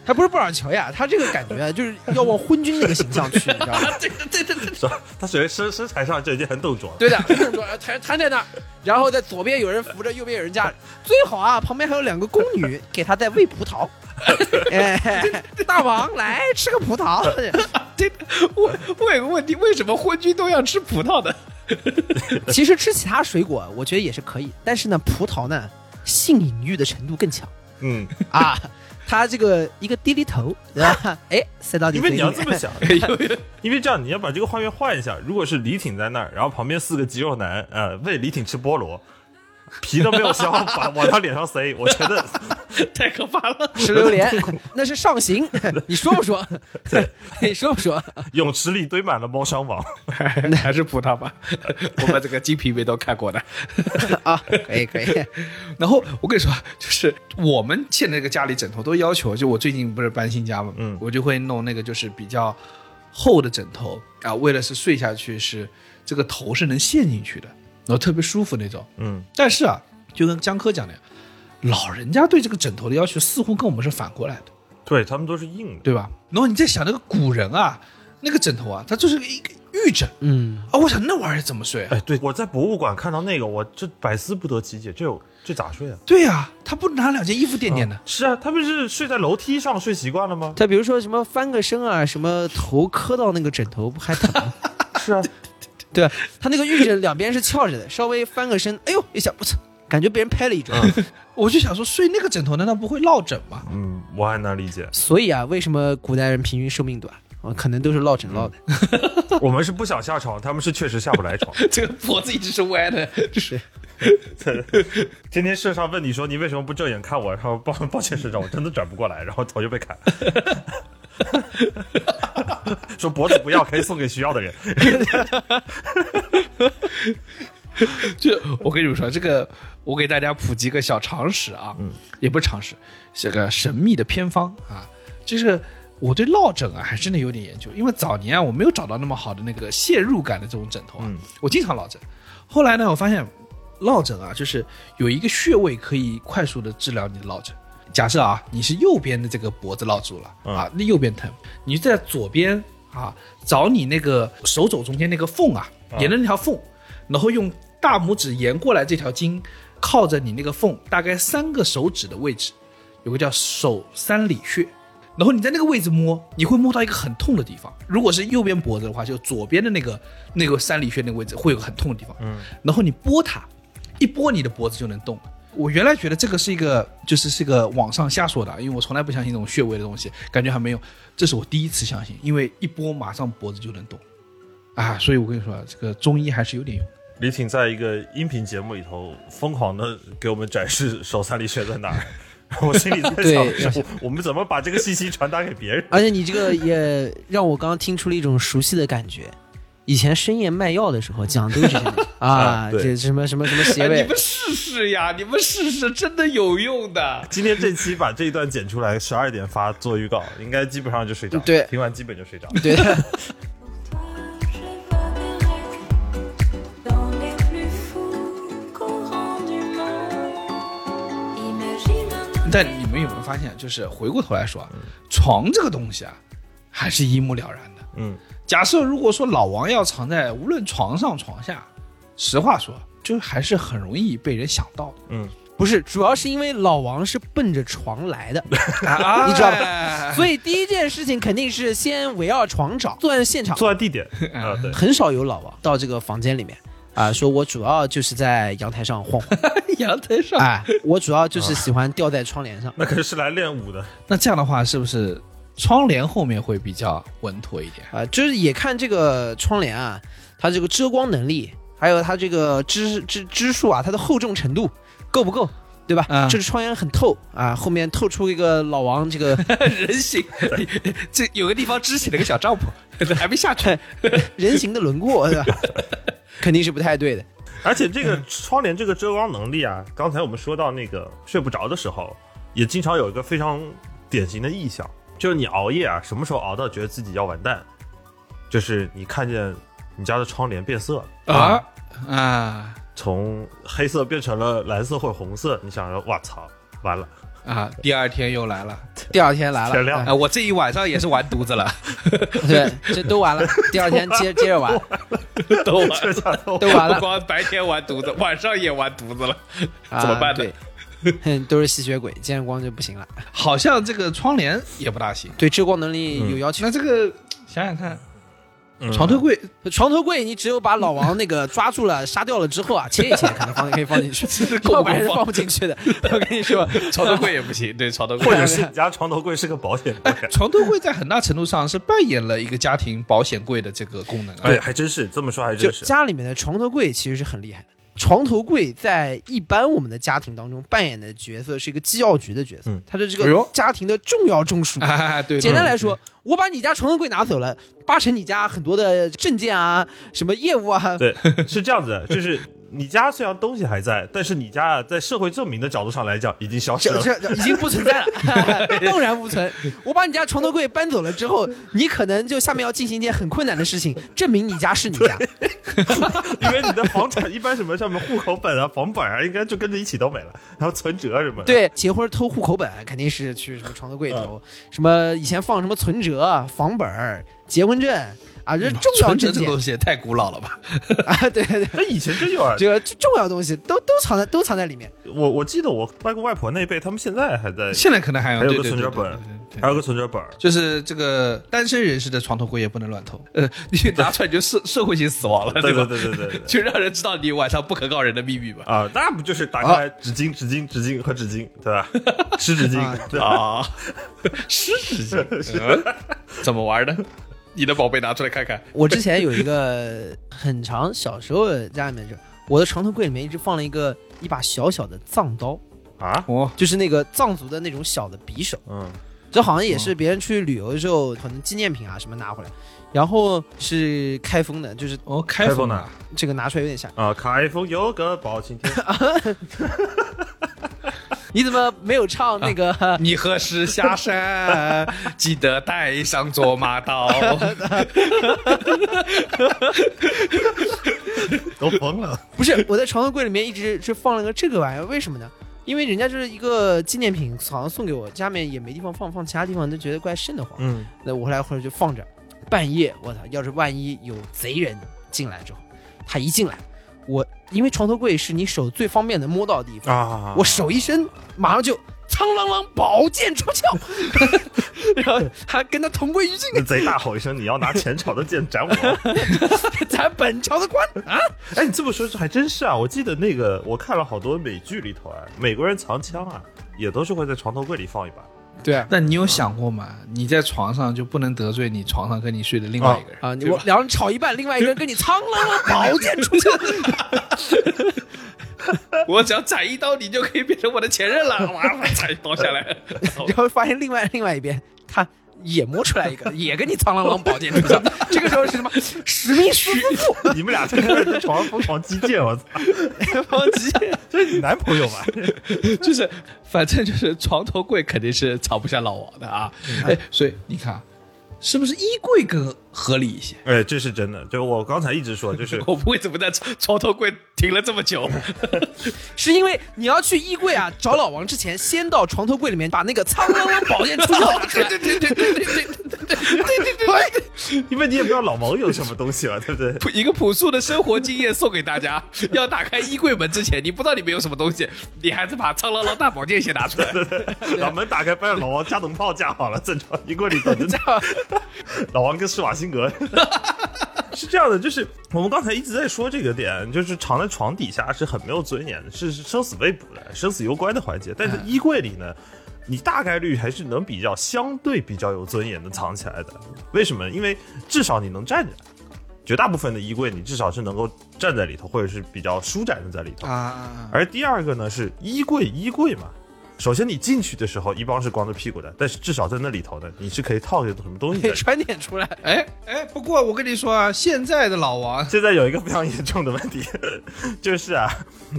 [SPEAKER 3] 他不是布尔乔亚，他这个感觉就是要往昏君那个形象去，你知道吗？
[SPEAKER 2] 对对对对，
[SPEAKER 4] 是吧？ <laughs> 他首先身身材上就已经很董卓了。
[SPEAKER 3] 对的，很重要摊摊在那儿，然后在左边有人扶着，右边有人架着，最好啊，旁边还有两个宫女给他在喂葡萄。哎，大王来吃个葡萄，
[SPEAKER 5] 这我我有个问题，为什么昏君都要吃葡萄
[SPEAKER 2] <laughs>
[SPEAKER 5] 的？
[SPEAKER 3] 其实吃其他水果，我觉得也是可以，但是呢，葡萄呢，性隐喻的程度更强
[SPEAKER 4] 嗯，
[SPEAKER 3] 啊。它这个一个低低头，对吧？哎，塞到你
[SPEAKER 4] 因
[SPEAKER 3] 嘴
[SPEAKER 4] 为
[SPEAKER 3] 里
[SPEAKER 4] 啊你 <laughs> 要这么想，
[SPEAKER 5] 有有
[SPEAKER 4] 因为这样你要把这个画面换一下。如果是李挺在那儿，然后旁边四个肌肉男，呃，喂李挺吃菠萝，皮都没有削，把往他脸上塞，我觉得 <laughs>
[SPEAKER 5] 太可怕了！
[SPEAKER 3] <laughs> 吃榴莲，那是上刑，你说不说？ <laughs> 你说不说？
[SPEAKER 4] 泳池里堆满了猫伤亡。
[SPEAKER 5] <laughs> 还是葡萄吧，我们这个金瓶梅都看过的。
[SPEAKER 3] 啊，可以可以，
[SPEAKER 2] 然后我跟你说，就是我们现在这个家里枕头都要求，就我最近不是搬新家嘛，
[SPEAKER 4] 嗯
[SPEAKER 2] 我就会弄那个就是比较厚的枕头啊，为了是睡下去是这个头是能陷进去的，然后特别舒服那种。
[SPEAKER 4] <laughs> 嗯，
[SPEAKER 2] 但是啊，就跟江科讲的，老人家对这个枕头的要求似乎跟我们是反过来的，
[SPEAKER 4] 对他们都是硬的。
[SPEAKER 2] 对吧？然后你再想那个古人啊，那个枕头啊，它就是一个玉枕
[SPEAKER 3] 嗯，
[SPEAKER 2] 啊，我想那玩意儿怎么睡、啊？
[SPEAKER 4] 哎，对，我在博物馆看到那个，我这百思不得其解，这有这咋睡啊？
[SPEAKER 2] 对呀、他不拿两件衣服垫垫的。
[SPEAKER 4] 是啊，他们是睡在楼梯上睡习惯了吗？
[SPEAKER 3] 他比如说什么翻个身啊，什么头磕到那个枕头不还疼吗？
[SPEAKER 4] <laughs> 是啊，
[SPEAKER 3] 对他那个玉枕两边是翘着的，稍微翻个身，哎呦一下，我操，感觉被人拍了一掌。
[SPEAKER 2] 我就想说，睡那个枕头难道不会落枕吗？
[SPEAKER 4] 嗯，我很难理解。
[SPEAKER 3] 所以啊，为什么古代人平均寿命短啊？可能都是落枕落的。
[SPEAKER 4] 我们是不想下床，他们是确实下不来 <laughs> 床。
[SPEAKER 5] <laughs> 这个脖子一直是歪的，就是
[SPEAKER 4] 天天社上问你说你为什么不正眼看我，然后抱抱歉社长，我真的转不过来，然后头就被砍。 <laughs> 说脖子不要，可以送给需要的人。
[SPEAKER 5] 就我跟你们说，这个我给大家普及个小常识啊，也不是常识，是个神秘的偏方啊，就是。我对落枕啊，还真的有点研究，因为早年啊，我没有找到那么好的那个陷入感的这种枕头啊，
[SPEAKER 4] 嗯
[SPEAKER 5] 我经常落枕。后来呢，我发现落枕啊，就是有一个穴位可以快速的治疗你的落枕。假设啊，你是右边的这个脖子落住了、
[SPEAKER 4] 嗯
[SPEAKER 5] 啊，
[SPEAKER 2] 那右边疼，你在左边啊找你那个手肘中间那个缝啊，沿着那条缝，然后用大拇指沿过来这条筋，靠着你那个缝大概三个手指的位置，有个叫手三里穴。然后你在那个位置摸，你会摸到一个很痛的地方。如果是右边脖子的话，就左边的那个那个三里穴那个位置会有个很痛的地方。嗯，然后你拨它，一拨你的脖子就能动了。我原来觉得这个是一个，就是是个网上瞎说的啊，因为我从来不相信这种穴位的东西，感觉还没有，这是我第一次相信，因为一拨马上脖子就能动，啊，所以我跟你说啊，这个中医还是有点用的。
[SPEAKER 4] 李挺在一个音频节目里头疯狂的给我们展示手三里穴在哪儿，我心里在想，我我们怎么把这个信息传达给别人？
[SPEAKER 3] 而且你这个也让我刚刚听出了一种熟悉的感觉。以前深夜卖药的时候讲的都是这些啊，
[SPEAKER 4] 啊对
[SPEAKER 3] 这什么什么什么邪
[SPEAKER 5] 哎你
[SPEAKER 3] 位
[SPEAKER 5] 们试试呀，你们试试，真的有用的。，
[SPEAKER 4] 今天这期把这一段剪出来，十二点发做预告，应该基本上就睡着。
[SPEAKER 3] 对
[SPEAKER 4] 听完基本就睡着。
[SPEAKER 3] 对的，
[SPEAKER 6] Toi, je voguerai dans les plus fous courants du monde. Imagine un
[SPEAKER 2] 但你们有没有发现，就是回过头来说啊，床这个东西啊，还是一目了然的。
[SPEAKER 4] 嗯，
[SPEAKER 2] 假设如果说老王要藏在无论床上床下，实话说，就还是很容易被人想到的。
[SPEAKER 3] 不是，主要是因为老王是奔着床来的，
[SPEAKER 2] 啊 <laughs>
[SPEAKER 3] 你知道
[SPEAKER 2] 哎
[SPEAKER 3] 吧？所以第一件事情肯定是先围绕床找，作案现场
[SPEAKER 4] 作案
[SPEAKER 3] <laughs>
[SPEAKER 4] 地点
[SPEAKER 3] 嗯
[SPEAKER 4] 啊，对，
[SPEAKER 3] 很少有老王到这个房间里面啊、说我主要就是在阳台上晃晃，
[SPEAKER 2] 阳台上
[SPEAKER 3] 哎，我主要就是喜欢吊在窗帘上。
[SPEAKER 4] 那可是来练武的，
[SPEAKER 2] 那这样的话，是不是窗帘后面会比较稳妥一点？
[SPEAKER 3] 啊、就是也看这个窗帘啊，它这个遮光能力，还有它这个支支支数啊，它的厚重程度够不够，对吧？
[SPEAKER 2] 嗯
[SPEAKER 3] 这个窗帘很透啊，后面透出一个老王这个
[SPEAKER 2] <laughs> 人形，这有个地方支起了个小帐篷，还没下去。
[SPEAKER 3] <laughs> 人形的轮廓，对吧？ <laughs> 肯定是不太对的。
[SPEAKER 4] 而且这个
[SPEAKER 3] 嗯
[SPEAKER 4] 窗帘这个遮光能力啊，刚才我们说到那个睡不着的时候，也经常有一个非常典型的意象，就是你熬夜啊，什么时候熬到觉得自己要完蛋，就是你看见你家的窗帘变色了。
[SPEAKER 2] 啊啊
[SPEAKER 4] 从黑色变成了蓝色或者红色，你想着，哇操，完
[SPEAKER 3] 哎
[SPEAKER 4] 了，
[SPEAKER 2] 啊！第二天又来了，
[SPEAKER 3] 第二天来了，
[SPEAKER 4] 天亮
[SPEAKER 2] 啊！我这一晚上也是完犊子了，
[SPEAKER 3] 对，这都完了。第二天接接着
[SPEAKER 4] <laughs>
[SPEAKER 3] 玩，
[SPEAKER 2] <laughs> <laughs> 都
[SPEAKER 3] 哎
[SPEAKER 2] 完
[SPEAKER 4] 这下都
[SPEAKER 3] 都完
[SPEAKER 2] 不
[SPEAKER 3] 了，
[SPEAKER 2] 光白天完犊子，晚上也完犊子了，怎么
[SPEAKER 3] 啊
[SPEAKER 2] 办呢？
[SPEAKER 3] 对，哼，都是吸血鬼，见光就不行了。
[SPEAKER 2] 好像这个窗帘也不大行。
[SPEAKER 3] 对遮光能
[SPEAKER 4] 嗯
[SPEAKER 3] 力有要求。
[SPEAKER 2] 那这个想想看，床头柜
[SPEAKER 3] 床头柜，你只有把老王那个抓住了、杀掉了之后啊，切一切，可能放可以放进去， <laughs>
[SPEAKER 2] 够
[SPEAKER 3] 要不然是
[SPEAKER 2] 放
[SPEAKER 3] 放不进去的。 <laughs> 我跟你
[SPEAKER 2] <laughs>
[SPEAKER 3] 说，
[SPEAKER 2] 床头柜也不行，对，哎床头柜
[SPEAKER 4] <laughs> 或
[SPEAKER 2] <laughs>
[SPEAKER 4] 者是你家床头柜是个保险柜，
[SPEAKER 2] 床头柜在很大程度上是扮演了一个家庭保险柜的这个功能啊。
[SPEAKER 4] <laughs> 哎，还真是这么说，还
[SPEAKER 3] 就
[SPEAKER 4] 真是。
[SPEAKER 3] 家里面的床头柜其实是很厉害的。床头柜在一般我们的家庭当中扮演的角色是一个机要局的角色，
[SPEAKER 4] 嗯
[SPEAKER 3] 它是这
[SPEAKER 2] 哎
[SPEAKER 3] 个
[SPEAKER 2] 呦
[SPEAKER 3] 家庭的重要中枢。
[SPEAKER 2] 啊，对，
[SPEAKER 3] 简单来说，我把你家床头柜拿走了，八成你家很多的证件啊、什么业务啊，
[SPEAKER 4] 对，是这样子的，就是你家虽然东西还在，但是你家在社会证明的角度上来讲已经消失
[SPEAKER 3] 这
[SPEAKER 4] 了。
[SPEAKER 3] 这这已经不存在 <laughs> 了，荡然无存。我把你家床头柜搬走了之后，你可能就下面要进行一件很困难的事情，证明你家是你家。
[SPEAKER 4] <laughs> 因为你的房产一般什么上面户口本啊、 <laughs> 房本啊，应该就跟着一起都没了，然后存折啊什么的。，
[SPEAKER 3] 对，结婚偷户口本肯定是去什么床头柜偷，什么以前放什么存折、啊房本儿、结婚证啊，这重要
[SPEAKER 2] 存折
[SPEAKER 3] 证
[SPEAKER 2] 这个
[SPEAKER 3] 件
[SPEAKER 2] 东西也太古老了吧？
[SPEAKER 3] <laughs> 啊，对对，
[SPEAKER 4] 那以前真有啊，
[SPEAKER 3] 这个重要东西都都藏在都藏在里面。
[SPEAKER 4] 我我记得我外公外婆那辈，他们现在还在，
[SPEAKER 2] 现在可能还有
[SPEAKER 4] 还有
[SPEAKER 2] 对
[SPEAKER 4] 个
[SPEAKER 2] 对
[SPEAKER 4] 存折
[SPEAKER 2] 对
[SPEAKER 4] 本
[SPEAKER 2] 对对对，
[SPEAKER 4] 还有个存折本儿。
[SPEAKER 2] 就是这个单身人士的床头柜也不能乱偷，呃，你拿出来就社社会性死亡了，
[SPEAKER 4] 对
[SPEAKER 2] 吧？
[SPEAKER 4] 对对对对对
[SPEAKER 2] <laughs> 就让人知道你晚上不可告人的秘密吧？
[SPEAKER 4] 啊，那不就是打开纸巾、纸巾、纸巾和纸巾，对吧？湿纸巾，对吧？
[SPEAKER 2] 啊，湿纸巾，嗯怎么玩呢？你的宝贝拿出来看看，
[SPEAKER 3] 我之前有一个很长，小时候家里面就我的床头柜里面一直放了一个一把小小的藏刀。
[SPEAKER 4] 啊，
[SPEAKER 2] 哦，
[SPEAKER 3] 就是那个藏族的那种小的匕首，
[SPEAKER 4] 嗯，
[SPEAKER 3] 这好像也是别人去旅游的时候，可能纪念品啊什么拿回来，然后是开封的，就是
[SPEAKER 2] 哦，开
[SPEAKER 4] 封
[SPEAKER 2] 封
[SPEAKER 4] 的
[SPEAKER 2] 的，
[SPEAKER 3] 这个拿出来有点吓人。
[SPEAKER 4] 啊，开封有个包青天，
[SPEAKER 3] 你怎么没有唱那个？
[SPEAKER 4] <laughs>
[SPEAKER 2] 你何时下山？记得带上卓玛 <laughs> 刀。
[SPEAKER 4] <laughs> 都疯了。
[SPEAKER 3] 不是，我在床头柜里面一直是放了个这个玩意儿，为什么呢？因为人家就是一个纪念品，好像送给我，家里面也没地方放，放其他地方都觉得怪瘆得慌。
[SPEAKER 4] 嗯，
[SPEAKER 3] 那我后来或者就放着，半夜我操，要是万一有贼人进来之后，他一进来，我因为床头柜是你手最方便能摸到的地方。
[SPEAKER 4] 啊，
[SPEAKER 3] 我手一伸，马上就苍啷啷宝剑出鞘，然后还跟他同归于尽，
[SPEAKER 4] 那贼大吼一声，你要拿前朝的剑斩我！
[SPEAKER 3] 咱本朝的官啊！
[SPEAKER 4] <laughs> 哎，你这么说还真是啊，我记得那个我看了好多美剧里头啊，美国人藏枪啊，也都是会在床头柜里放一 <laughs> 把。
[SPEAKER 3] 对啊，
[SPEAKER 2] 但你有想过吗？你在床上就不能得罪你床上跟你睡的另外一个人
[SPEAKER 3] 你我两人吵一半，另外一个人跟你苍啷啷宝剑出鞘，
[SPEAKER 2] 我只要斩一刀，你就可以变成我的前任 <laughs> 了。哇，我斩一刀下来，
[SPEAKER 3] 然后发现另外另外一边他。也摸出来一个，也跟你苍啷啷宝剑出鞘。这个时候是什么？史密斯夫妇，
[SPEAKER 4] 你们俩在在床上疯狂击剑，我操！
[SPEAKER 2] 王吉，
[SPEAKER 4] 这是你男朋友吧？
[SPEAKER 2] <laughs> 就是反正就是床嗯头柜肯定是藏不下老王的啊。哎，所以你看啊，是不是衣柜跟合理一些。
[SPEAKER 4] <laughs> 哎，这是真的。就我刚才一直说，就是 <laughs>
[SPEAKER 2] 我不会怎么在床头柜停了这么 <laughs> 久，
[SPEAKER 3] 是因为你要去衣柜啊找老王之前，先到床头柜里面把那个苍啷啷宝剑出鞘拿出来。对对对对对对对对对。
[SPEAKER 4] 因为你也不知道老王有什么东西了，对不对？
[SPEAKER 2] 朴一个朴素的生活经验送给大家。要打开衣柜门之前，你不知道里面有什么东西，你还是把苍狼狼大宝剑先拿出来。
[SPEAKER 4] 把门打开，发 <laughs> 现老王加农炮架好了，正常衣柜里头就老王跟施瓦辛格 <laughs> 是这样的，就是我们刚才一直在说这个点，就是藏在床底下是很没有尊严的，是是生死未卜的、生死攸关的环节。但是衣柜里呢，你大概率还是能比较相对比较有尊严的藏起来的。为什么？因为至少你能站起来。绝大部分的衣柜，你至少是能够站在里头，或者是比较舒展的在里头。
[SPEAKER 2] <laughs> 啊，
[SPEAKER 4] 而第二个呢是衣柜，衣柜嘛。首先你进去的时候，一般是光着屁股的，但是至少在那里头呢，你是可以套些什么东西
[SPEAKER 2] <laughs>
[SPEAKER 3] 可以
[SPEAKER 4] 的。
[SPEAKER 3] 穿点出来，
[SPEAKER 2] 哎哎，不过我跟你说啊，现在的老王
[SPEAKER 4] 现在有一个非常严重的问题，就是啊，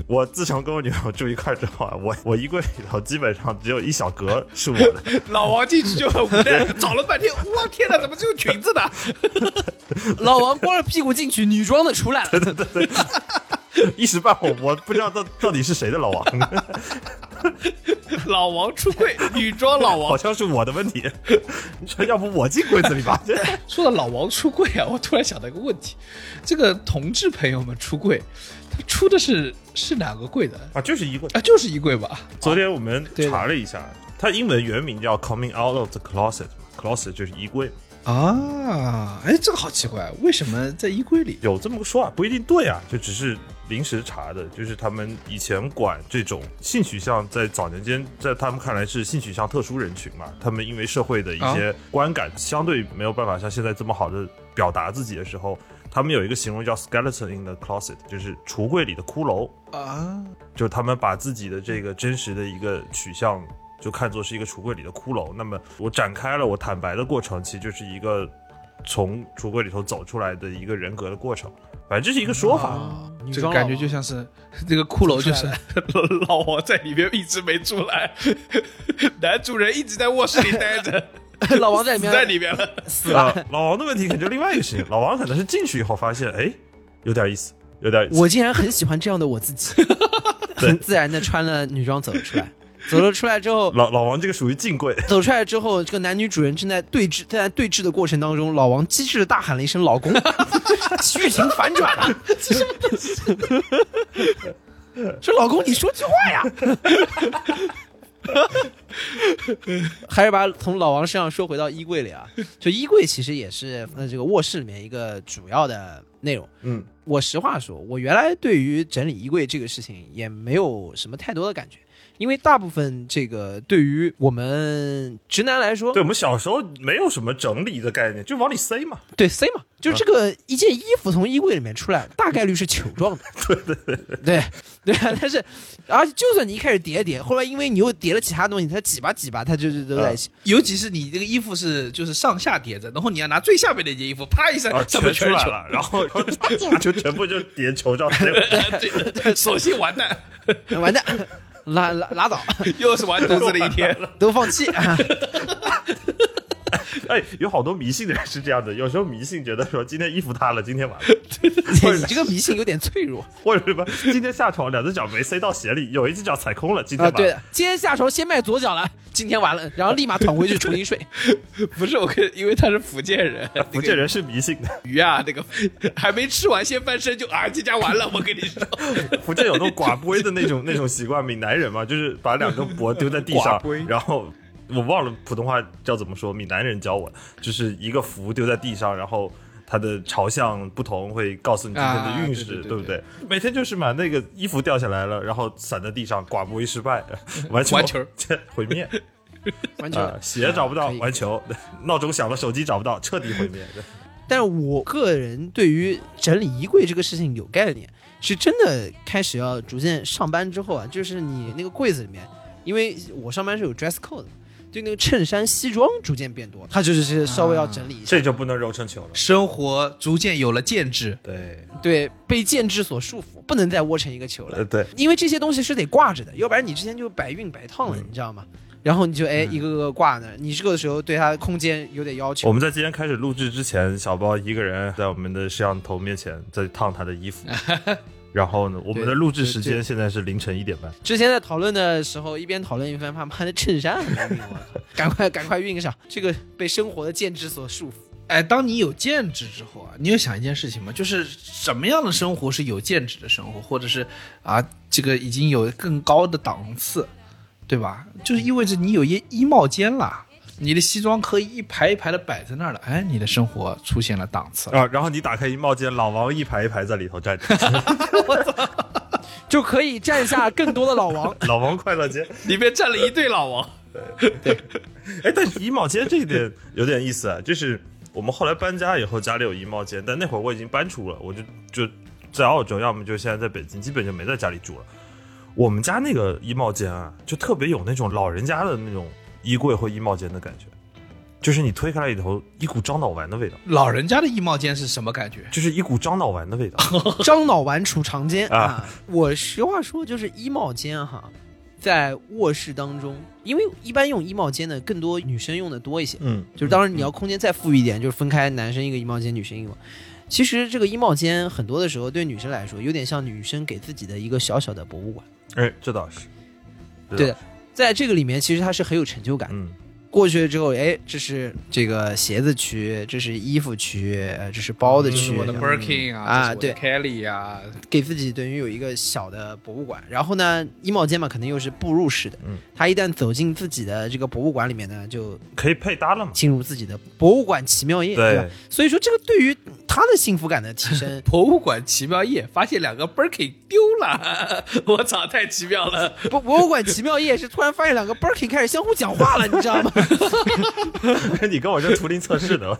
[SPEAKER 4] 我自从跟我女朋友住一块儿之后啊，我 <laughs> 我衣柜里头基本上只有一小格是我的，
[SPEAKER 2] <laughs> 老王进去就很无奈，找了半天，我天哪，怎么只有裙子呢？
[SPEAKER 3] <laughs> 老王光着屁股进去，女装的出来了。
[SPEAKER 4] 一时半会儿我不知道到到底是谁的老王， <laughs>
[SPEAKER 2] 老王出柜，女装 <laughs> 老
[SPEAKER 4] 好
[SPEAKER 2] 王。
[SPEAKER 4] 像是我的问题。 <laughs> 你说要不我进柜子里
[SPEAKER 2] <laughs>
[SPEAKER 4] 吧？
[SPEAKER 2] 说到老王出柜啊，我突然想到一个问题：这个同志朋友们出柜，他出的是是哪个柜的？
[SPEAKER 4] 啊，就是衣柜。
[SPEAKER 2] 啊，就是衣柜吧？
[SPEAKER 4] 昨天我们
[SPEAKER 2] 对的
[SPEAKER 4] 查了一下，它英文原名叫 Coming Out of the Closet 嘛，closet 就是衣柜嘛。
[SPEAKER 2] 啊，哎，这个好奇怪，为什么在衣柜里？
[SPEAKER 4] 有这么个说法，不一定对啊，就只是临时查的，就是他们以前管这种性取向，在早年间，在他们看来是性取向特殊人群嘛，他们因为社会的一些观感，相对没有办法像现在这么好的表达自己的时候，他们有一个形容叫 skeleton in the closet，就是橱柜里的骷髅
[SPEAKER 2] 啊，
[SPEAKER 4] 就是他们把自己的这个真实的一个取向。就看作是一个橱柜里的骷髅，那么我展开了我坦白的过程，其实就是一个从橱柜里头走出来的一个人格的过程，反正这是一个说法。
[SPEAKER 2] 这个感觉就像是 <laughs> 这个骷髅，就是 <laughs> 老王在里面一直没出来， <laughs> 男主人一直在卧室里待着，
[SPEAKER 3] <laughs> 老王在里面
[SPEAKER 2] <laughs> 死在里面了。
[SPEAKER 4] 啊，老王的问题可能就另外一个事情，老王可能是进去以后发现，哎，有点意思，有点意思。
[SPEAKER 3] 我竟然很喜欢这样的我自己，很自然的穿了女装走了出来。走了出来之后，
[SPEAKER 4] 老老王这个属于进柜， <laughs>
[SPEAKER 3] 走出来之后，这个男女主人正在对峙，正在对峙的过程当中，老王机智的大喊了一声“老公”， <laughs> 剧情反转啊了。说老公，你说句话呀！还是把从老王身上说回到衣柜里啊，就衣柜其实也是呃这个卧室里面一个主要的内容。
[SPEAKER 4] 嗯，
[SPEAKER 3] 我实话说，我原来对于整理衣柜这个事情也没有什么太多的感觉，因为大部分这个对于我们直男来说，
[SPEAKER 4] 对我们小时候没有什么整理的概念，就往里塞嘛。
[SPEAKER 3] 对塞嘛，就是这个一件衣服从衣柜里面出来，大概率是球状的。 <laughs> 对对对对啊！但是，而且就算你一开始叠叠，后来因为你又叠了其他东西，它挤吧挤吧，它就就都在一起。
[SPEAKER 2] 尤其是你这个衣服是就是上下叠着，然后你要拿最下面那件衣服，啪一声
[SPEAKER 4] 啊，，
[SPEAKER 2] 哎怎
[SPEAKER 4] 全
[SPEAKER 2] 么
[SPEAKER 4] 出来了，然后就全部就叠球状，
[SPEAKER 2] 对，索性完蛋， <laughs>
[SPEAKER 3] 嗯完蛋，拉拉拉倒， <laughs>
[SPEAKER 2] 又是完犊子的一 <laughs> 天。
[SPEAKER 3] 都放 <laughs> 弃啊！
[SPEAKER 4] <laughs> 哎，有好多迷信的人是这样的，有时候迷信觉得说今天衣服塌了，今天完了，
[SPEAKER 3] 你这个迷信有点脆弱
[SPEAKER 4] <laughs> 或者什么今天下床两只脚没塞到鞋里，有一只脚踩空了，今天
[SPEAKER 3] 啊！
[SPEAKER 4] 完
[SPEAKER 3] 对
[SPEAKER 4] 了。
[SPEAKER 3] 的，今天下床先迈左脚了，今天完了，然后立马躺回去重新睡。
[SPEAKER 2] <laughs> 不是我跟，因为他是啊福建人，
[SPEAKER 4] 福建人是迷信的， <laughs>
[SPEAKER 2] 鱼啊，那个 <laughs> 还没吃完先翻身就啊，这家完了，我跟你说，
[SPEAKER 4] 福建有那种寡龟的那种 <laughs> 那种习惯，闽南人嘛，就是把两个脖丢在地
[SPEAKER 2] <laughs>
[SPEAKER 4] 上，然后我忘了普通话叫怎么说，闽南人教我，就是一个福丢在地上，然后。它的朝向不同，会告诉你今天
[SPEAKER 2] 啊
[SPEAKER 4] 的运势，
[SPEAKER 2] 对对对
[SPEAKER 4] 不对？每天就是嘛，那个衣服掉下来了，然后散在地上，寡不为失败， <laughs> 完球，
[SPEAKER 2] 完球
[SPEAKER 4] <laughs> 毁灭
[SPEAKER 3] 完全
[SPEAKER 4] 啊！鞋找不到，
[SPEAKER 3] 可以
[SPEAKER 4] 完球； <laughs> 闹钟响了，手机找不到，彻底毁灭。
[SPEAKER 3] 但是我个人对于整理衣柜这个事情有概念，是真的开始要逐渐上班之后啊，就是你那个柜子里面，因为我上班是有 dress code 的，就那个衬衫、西装逐渐变多，它就是是稍微要整理一下，
[SPEAKER 4] 这就不能揉成球了。
[SPEAKER 2] <laughs> 生活逐渐有了见制，
[SPEAKER 4] 对，
[SPEAKER 3] 对，被建制所束缚，不能再窝成一个球了
[SPEAKER 4] 呃，。对，
[SPEAKER 3] 因为这些东西是得挂着的，要不然你之前就白熨白烫了，你知道吗？然后你就哎一个个挂那儿，你这个时候对它空间有点要求。
[SPEAKER 4] 我们在今天开始录制之前，小包一个人在我们的摄像头面前在烫他的衣服。然后呢，我们的录制时
[SPEAKER 3] 对
[SPEAKER 4] 间
[SPEAKER 3] 对
[SPEAKER 4] 现在是凌晨一点半。
[SPEAKER 3] 之前在讨论的时候，一边讨论一边怕妈的衬衫很难命，我 <laughs> 靠赶快赶快熨上，这个被生活的见制所束缚。
[SPEAKER 2] 哎，当你有见识之后啊，你有想一件事情吗？就是什么样的生活是有见识的生活，或者是啊，这个已经有更高的档次，对吧？就是意味着你有衣衣帽间了，你的西装可以一排一排的摆在那儿了，哎，你的生活出现了档次了。
[SPEAKER 4] 啊，然后你打开衣帽间，老王一排一排在里头站着。
[SPEAKER 3] 就可以站下更多的老 <laughs> 王。
[SPEAKER 4] 老王快乐街，
[SPEAKER 2] 里面站了一对老王，
[SPEAKER 4] <laughs> 哎，但是衣帽间这一点有点意思啊，就是我们后来搬家以后，家里有衣帽间，但那会儿我已经搬出了，我就就在澳洲，要么就现在在北京，基本就没在家里住了。我们家那个衣帽间啊，就特别有那种老人家的那种衣柜或衣帽间的感觉，就是你推开来以后，一股樟脑丸的味道，
[SPEAKER 2] 老人家的衣帽间是什么感觉？
[SPEAKER 4] 就是一股樟脑丸的味道。
[SPEAKER 3] 樟脑丸储藏间
[SPEAKER 4] 啊
[SPEAKER 3] 啊，我实话说，就是衣帽间哈，在卧室当中，因为一般用衣帽间的更多女生用的多一些，
[SPEAKER 4] 嗯，
[SPEAKER 3] 就是当然你要空间再富裕一点，就是分开男生一个衣帽间，女生一个嘛。其实这个衣帽间很多的时候对女生来说，有点像女生给自己的一个小小的博物馆。
[SPEAKER 4] 哎，这倒是，
[SPEAKER 3] 对的，在这个里面，其实它是很有成就感的。
[SPEAKER 4] 嗯，
[SPEAKER 3] 过去了之后，哎，这是这个鞋子区，这是衣服区，呃这是包的
[SPEAKER 2] 这是
[SPEAKER 3] 区，
[SPEAKER 2] 嗯我的 Birkin 啊，
[SPEAKER 3] 啊
[SPEAKER 2] 这是我的 Kelly 啊，，
[SPEAKER 3] 给自己等于有一个小的博物馆。然后呢，衣帽间嘛，肯定又是步入式的。
[SPEAKER 4] 嗯，
[SPEAKER 3] 他一旦走进自己的这个博物馆里面呢，就
[SPEAKER 4] 可以配搭了嘛？ <laughs>
[SPEAKER 3] 进入自己的博物馆奇妙夜，对吧
[SPEAKER 4] 对？，
[SPEAKER 3] 所以说，这个对于他的幸福感的提升
[SPEAKER 2] 博物馆奇妙夜，发现两个 Birkin 丢了， <laughs> 我操，太奇妙了！
[SPEAKER 3] 博博物馆奇妙夜是突然发现两个 Birkin 开始相互讲话了，你知道吗？
[SPEAKER 4] 你跟我这图灵测试的，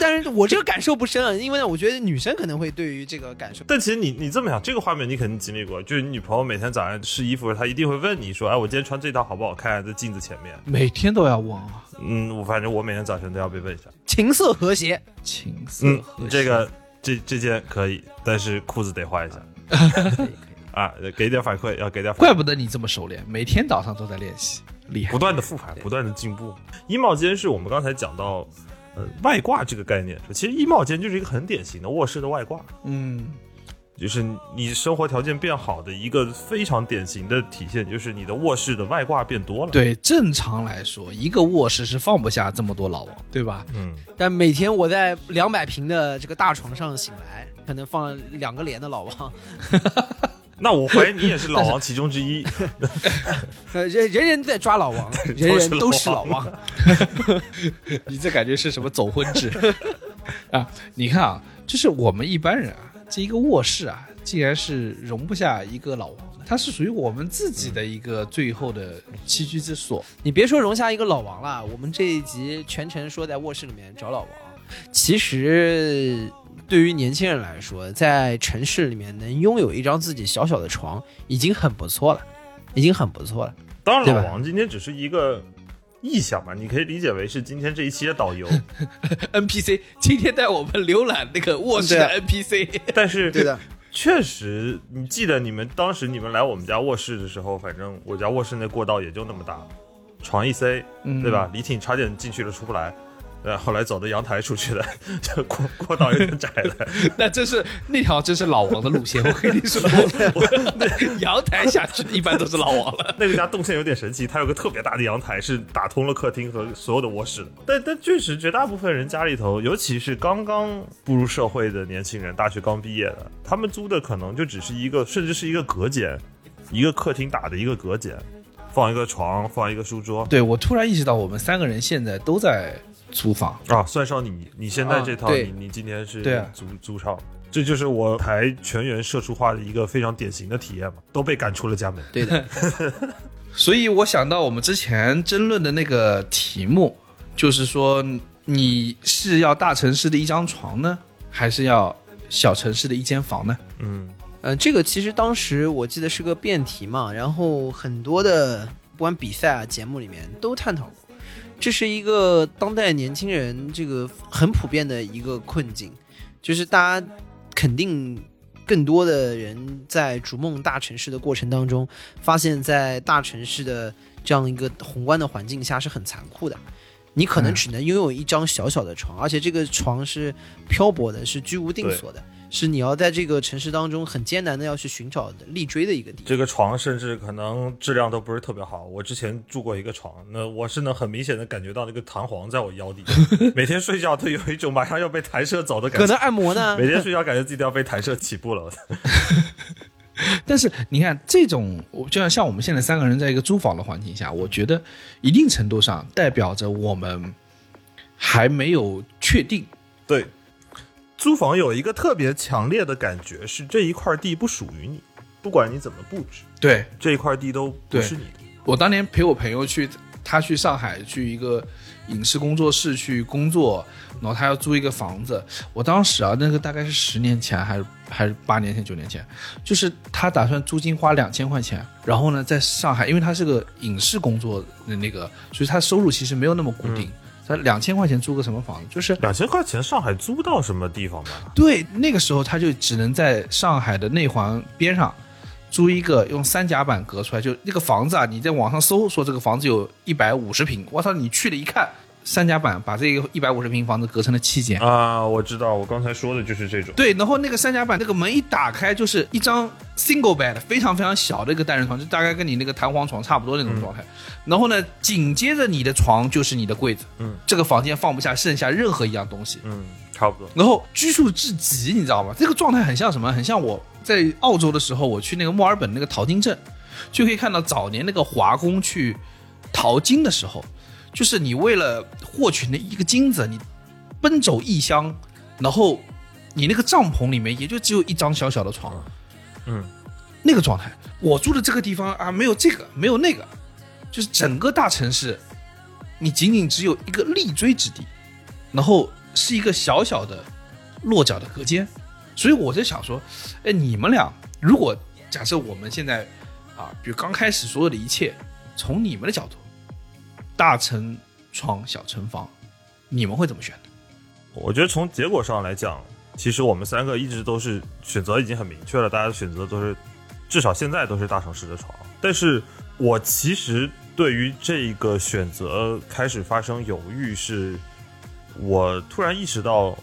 [SPEAKER 3] 但是我这个感受不深啊，因为呢，我觉得女生可能会对于这个感受。
[SPEAKER 4] 但其实你你这么想，这个画面你肯定经历过，就是你女朋友每天早上试衣服，她一定会问你说：“哎，我今天穿这套好不好看？”在镜子前面，
[SPEAKER 2] 每天都要问啊，
[SPEAKER 4] 嗯，我反正我每天早晨都要被问一下。
[SPEAKER 3] 情色和谐，
[SPEAKER 2] 情色
[SPEAKER 4] 嗯
[SPEAKER 2] 和，谐
[SPEAKER 4] 这个这这件可以，但是裤子得换一下。 <laughs> 啊，给点反馈，要给点反馈
[SPEAKER 2] 怪不得你这么熟练，每天早上都在练习，厉害
[SPEAKER 4] <laughs> 不！断的复盘，不断的进步。衣帽间是我们刚才讲到，呃，外挂这个概念，其实衣帽间就是一个很典型的卧室的外挂。
[SPEAKER 2] 嗯，
[SPEAKER 4] 就是你生活条件变好的一个非常典型的体现，就是你的卧室的外挂变多了。，
[SPEAKER 2] 对，正常来说，一个卧室是放不下这么多老王，对吧？
[SPEAKER 4] 嗯，
[SPEAKER 3] 但每天我在两百平的这个大床上醒来，可能放两个连的老王， <laughs>
[SPEAKER 4] 那我怀疑你也是老王其中之一。
[SPEAKER 3] 呃，人人人都在抓老 <laughs> 王，人人都是老王。
[SPEAKER 2] <laughs>
[SPEAKER 3] <laughs>
[SPEAKER 2] 你这感觉是什么走婚制 <laughs> 啊？你看啊，就是我们一般人啊，这一个卧室啊，竟然是容不下一个老王的，它是属于我们自己的一个最后的栖居之所。
[SPEAKER 3] 你别说容下一个老王了，我们这一集全程说在卧室里面找老王。其实，对于年轻人来说，在城市里面能拥有一张自己小小的床，已经很不错了，已经很不错了。
[SPEAKER 4] 当然，
[SPEAKER 3] 对吧
[SPEAKER 4] 老王今天只是一个意向吧，你可以理解为是今天这一期的导游。
[SPEAKER 2] NPC 今天带我们浏览那个卧室的 NPC，
[SPEAKER 4] 但是，对
[SPEAKER 3] 的，
[SPEAKER 4] 确实，你记得你们当时你们来我们家卧室的时候，反正我家卧室那过道也就那么大，床一塞，
[SPEAKER 2] 嗯
[SPEAKER 4] 对吧？李挺差点进去了出不来。呃，后来走到阳台出 <laughs> 去的，这过过道有点窄了。
[SPEAKER 2] 那真是那条真是老王的路 <laughs> 线。我跟你说，阳台下去一般都是老王了。
[SPEAKER 4] <laughs> 那个家动线有点神奇，它有个特别大的阳台，是打通了客厅和所有的卧室的。但但确实，绝大部分人家里头，尤其是刚刚步入社会的年轻人，大学刚毕业的，他们租的可能就只是一个，甚至是一个隔间，一个客厅打的一个隔间，放一个床，放一个书桌。
[SPEAKER 2] <laughs> 对我突然意识到，我们三个人现在都在租房。
[SPEAKER 4] 啊，算上你，你现在这套，
[SPEAKER 3] 啊对
[SPEAKER 4] 你你今天是
[SPEAKER 2] 对啊
[SPEAKER 4] 租租上了，这就是我台全员社畜化的一个非常典型的体验嘛，都被赶出了家门。
[SPEAKER 3] 对的，
[SPEAKER 2] 所以我想到我们之前争论的那个题目，就是说你是要大城市的一张床呢，还是要小城市的一间房呢？
[SPEAKER 4] 嗯，
[SPEAKER 3] 呃，这个其实当时我记得是个辩题嘛，然后很多的不管比赛啊节目里面都探讨过，这是一个当代年轻人这个很普遍的一个困境，就是大家肯定更多的人在逐梦大城市的过程当中，发现，在大城市的这样一个宏观的环境下是很残酷的。你可能只能拥有一张小小的床，而且这个床是漂泊的，是居无定所的，是你要在这个城市当中很艰难的要去寻找的立锥的一个地方。
[SPEAKER 4] 这个床甚至可能质量都不是特别好。我之前住过一个床，那我是能很明显的感觉到那个弹簧在我腰底下，每天睡觉都有一种马上要被弹射走的感
[SPEAKER 3] 可
[SPEAKER 4] 觉
[SPEAKER 3] 能。按摩呢？
[SPEAKER 4] 每天睡觉感觉自己都要被弹射起步 <laughs> 了。
[SPEAKER 2] 但是你看，这种我就像像我们现在三个人在一个租房的环境下，我觉得一定程度上代表着我们还没有确定。
[SPEAKER 4] 对，租房有一个特别强烈的感觉是这一块地不属于你，不管你怎么布置，
[SPEAKER 2] 对
[SPEAKER 4] 这一块地都不是你的。
[SPEAKER 2] 我当年陪我朋友去，他去上海去一个影视工作室去工作，然后他要租一个房子。我当时啊，那个大概是十年前还是还是八年前九年前，就是他打算租金花两千块钱，然后呢在上海，因为他是个影视工作的那个，所以他收入其实没有那么固定。他两千块钱租个什么房子？就是
[SPEAKER 4] 两千块钱上海租不到什么地方吧？
[SPEAKER 2] 对，那个时候他就只能在上海的内环边上租一个用三甲板隔出来，就那个房子啊，你在网上搜说这个房子有一百五十平，我操，你去了一看，三甲板把这个一百五十平房子隔成了七间。
[SPEAKER 4] 啊，我知道，我刚才说的就是这种。
[SPEAKER 2] 对，然后那个三甲板那个门一打开，就是一张 single bed，非常非常小的一个单人床，就大概跟你那个弹簧床差不多那
[SPEAKER 4] 嗯
[SPEAKER 2] 种状态。然后呢，紧接着你的床就是你的柜子，
[SPEAKER 4] 嗯，
[SPEAKER 2] 这个房间放不下剩下任何一样东西，
[SPEAKER 4] 嗯，差不多。
[SPEAKER 2] 然后拘束至极，你知道吗？这个状态很像什么？很像我在澳洲的时候，我去那个墨尔本那个淘金镇，就可以看到早年那个华工去淘金的时候，就是你为了获取那一个金子，你奔走异乡，然后你那个帐篷里面也就只有一张小小的床，
[SPEAKER 4] 嗯，
[SPEAKER 2] 那个状态。我住的这个地方啊，没有这个，没有那个，就是整个大城市，你仅仅只有一个立锥之地，然后是一个小小的落脚的隔间。所以我在想说，哎，你们俩如果假设我们现在啊，比如刚开始所有的一切，从你们的角度，大成床、小成房，你们会怎么选的？
[SPEAKER 4] 我觉得从结果上来讲，其实我们三个一直都是选择已经很明确了，大家选择都是，至少现在都是大城市的床。但是我其实对于这个选择开始发生犹豫是，我突然意识到，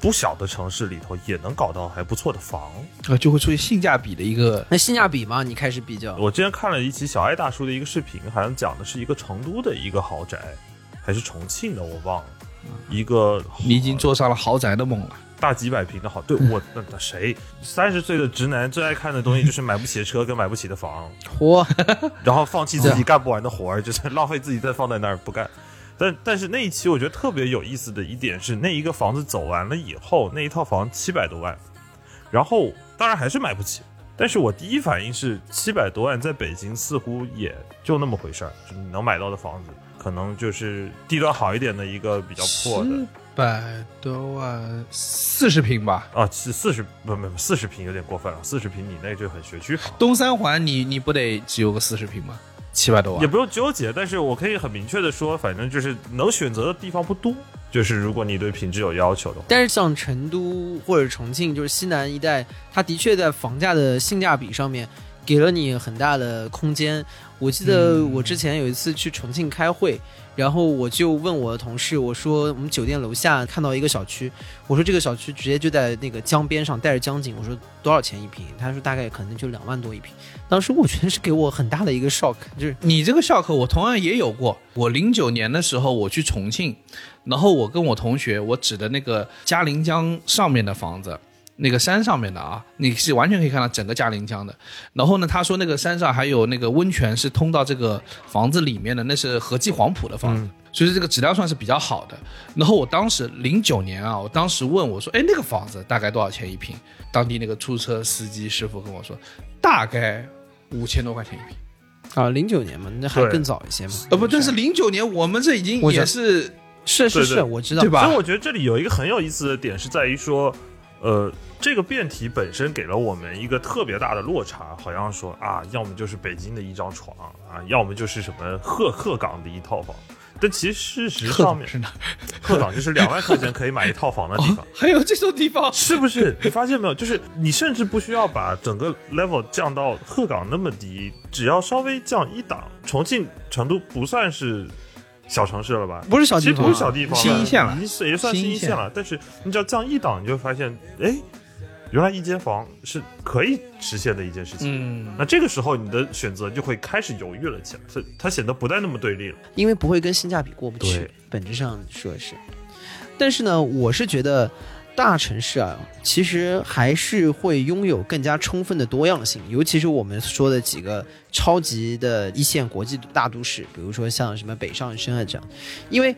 [SPEAKER 4] 不小的城市里头也能搞到还不错的房。
[SPEAKER 2] 啊，就会出现性价比的一个
[SPEAKER 3] 那性价比嘛，你开始比较。
[SPEAKER 4] 我之前看了一期小爱大叔的一个视频，好像讲的是一个成都的一个豪宅，还是重庆的，我忘了。一个
[SPEAKER 2] 你已经做上了豪宅的梦了。
[SPEAKER 4] 大几百平的好，对我那那谁，三十岁的直男最爱看的东西就是买不起的车跟买不起的房，
[SPEAKER 3] 嚯，
[SPEAKER 4] 然后放弃自己干不完的活儿，就是浪费自己再放在那儿不干。但但是那一期我觉得特别有意思的一点是，那一个房子走完了以后，那一套房七百多万，然后当然还是买不起。但是我第一反应是，七百多万在北京似乎也就那么回事儿，就你能买到的房子，可能就是地段好一点的一个比较破的，
[SPEAKER 2] 百多万，四十平吧。
[SPEAKER 4] 啊，四四十不不不四十平有点过分了，四十平以内就很学区房，
[SPEAKER 2] 东三环你你不得只有个四十平吗？七百多
[SPEAKER 3] 啊
[SPEAKER 4] 也
[SPEAKER 2] 万。
[SPEAKER 4] 不用纠结。但是我可以很明确的说，反正就是能选择的地方不多。就是如果你对品质有要求的话，
[SPEAKER 3] 但是像成都或者重庆，就是西南一带，它的确在房价的性价比上面给了你很大的空间。我记得我之前有一次去重庆开会，然后我就问我的同事，我说我们酒店楼下看到一个小区，我说这个小区直接就在那个江边上，带着江景，我说多少钱一平？他说大概可能就两万多一平。当时我觉得是给我很大的一个 shock，就是
[SPEAKER 2] 你这个校课我同样也有过。我零九年的时候我去重庆，然后我跟我同学，我指的那个嘉陵江上面的房子，那个山上面的啊，你是完全可以看到整个嘉陵江的。然后呢，他说那个山上还有那个温泉是通到这个房子里面的，那是和记黄埔的房子，所以这个质量算是比较好的。然后我当时零九年啊，我当时问我说，哎，那个房子大概多少钱一平？当地那个出租车司机师傅跟我说，大概五千多块钱一平。
[SPEAKER 3] 啊，零九年嘛，那还
[SPEAKER 4] 对
[SPEAKER 3] 更早一些嘛。
[SPEAKER 2] 呃，不，但是零九年我们这已经
[SPEAKER 3] 我知
[SPEAKER 2] 也
[SPEAKER 3] 道
[SPEAKER 2] 是
[SPEAKER 3] 是是
[SPEAKER 4] 对
[SPEAKER 3] 是，
[SPEAKER 4] 对
[SPEAKER 3] 我知道，
[SPEAKER 2] 对吧
[SPEAKER 4] 所以我觉得这里有一个很有意思的点是在于说，呃，这个辩题本身给了我们一个特别大的落差，好像说啊，要么就是北京的一张床啊，要么就是什么鹤鹤岗的一套房。但其实事实上面，课堂就是两万块钱可以买一套房的地方
[SPEAKER 5] 还有这种地方，
[SPEAKER 4] 是不是？ <laughs> 你发现没有？就是你甚至不需要把整个 level 降到鹤岗那么低，只要稍微降一档，重庆、成都不算是小城市了吧？
[SPEAKER 3] 不是小
[SPEAKER 4] 其实
[SPEAKER 3] 啊地
[SPEAKER 4] 不
[SPEAKER 3] 方
[SPEAKER 4] 是，小地方，
[SPEAKER 5] 新一线了
[SPEAKER 4] 已经也算新一线了。但是你只要降一档，你就会发现，哎，原来一间房是可以实现的一件事情。
[SPEAKER 5] <laughs> 嗯，
[SPEAKER 4] 那这个时候你的选择就会开始犹豫了起来，它它显得不再那么对立了。
[SPEAKER 3] 因为不会跟性价比过不去
[SPEAKER 4] 对，
[SPEAKER 3] 本质上说是。但是呢，我是觉得大城市啊，其实还是会拥有更加充分的多样性，尤其是我们说的几个超级的一线国际大都市，比如说像什么北上深啊这样，因为。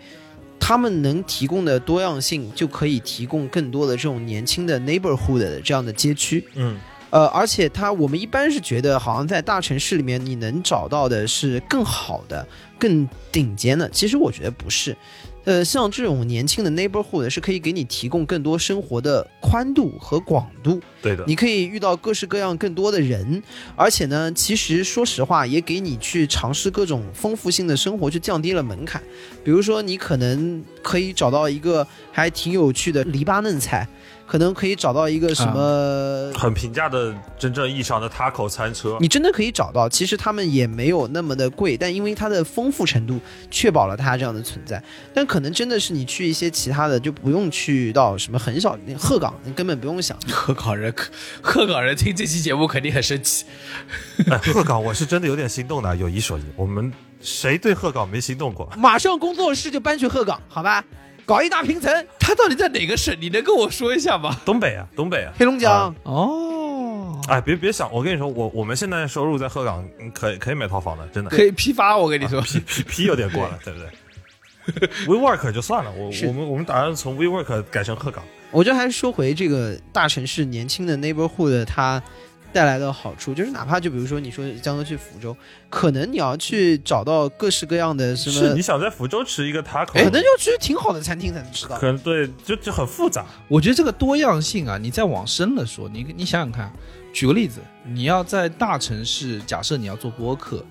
[SPEAKER 3] 他们能提供的多样性，就可以提供更多的这种年轻的 neighborhood 的这样的街区，
[SPEAKER 4] 嗯，
[SPEAKER 3] 呃，而且它我们一般是觉得，好像在大城市里面你能找到的是更好的、更顶尖的。其实我觉得不是，呃，像这种年轻的 neighborhood 是可以给你提供更多生活的宽度和广度，
[SPEAKER 4] 对的。
[SPEAKER 3] 你可以遇到各式各样更多的人，而且呢，其实说实话，也给你去尝试各种丰富性的生活，去降低了门槛。比如说，你可能可以找到一个还挺有趣的黎巴嫩菜。可能可以找到一个什么
[SPEAKER 4] 很平价的，真正意义上的 taco 餐车，
[SPEAKER 3] 你真的可以找到。其实他们也没有那么的贵，但因为它的丰富程度，确保了它这样的存在。但可能真的是你去一些其他的，就不用去到什么很小那鹤岗，你根本不用想。
[SPEAKER 5] 鹤岗人，鹤岗人听这期节目肯定很生气。
[SPEAKER 4] <laughs> 哎，鹤岗我是真的有点心动的，啊有一说一，我们谁对鹤岗没心动过？
[SPEAKER 3] 马上工作室就搬去鹤岗，好吧？搞一大平层，
[SPEAKER 5] 他到底在哪个省？你能跟我说一下吗？
[SPEAKER 4] 东北啊，东北啊，
[SPEAKER 3] 黑龙江
[SPEAKER 4] 啊。
[SPEAKER 5] 哦，
[SPEAKER 4] 哎，别别想，我跟你说，我我们现在收入在鹤岗，嗯可以可以买套房的，真的。
[SPEAKER 5] 可以批发，我跟你
[SPEAKER 2] 啊
[SPEAKER 5] 说，
[SPEAKER 4] 皮皮有点过了，对不对？WeWork 就算了，我我们我们打算从 WeWork 改成鹤岗。
[SPEAKER 3] 我觉得还是说回这个大城市年轻的 neighborhood 它带来的好处，就是哪怕就比如说你说江哥去福州，可能你要去找到各式各样的什
[SPEAKER 4] 是
[SPEAKER 3] 么
[SPEAKER 4] 你，想在福州吃一个 taco，
[SPEAKER 3] 可能就去挺好的餐厅才能吃到
[SPEAKER 4] 可。能对，就就很复杂。
[SPEAKER 2] 我觉得这个多样性啊，你再往深了说，你你想想看，举个例子，你要在大城市，假设你要做播客，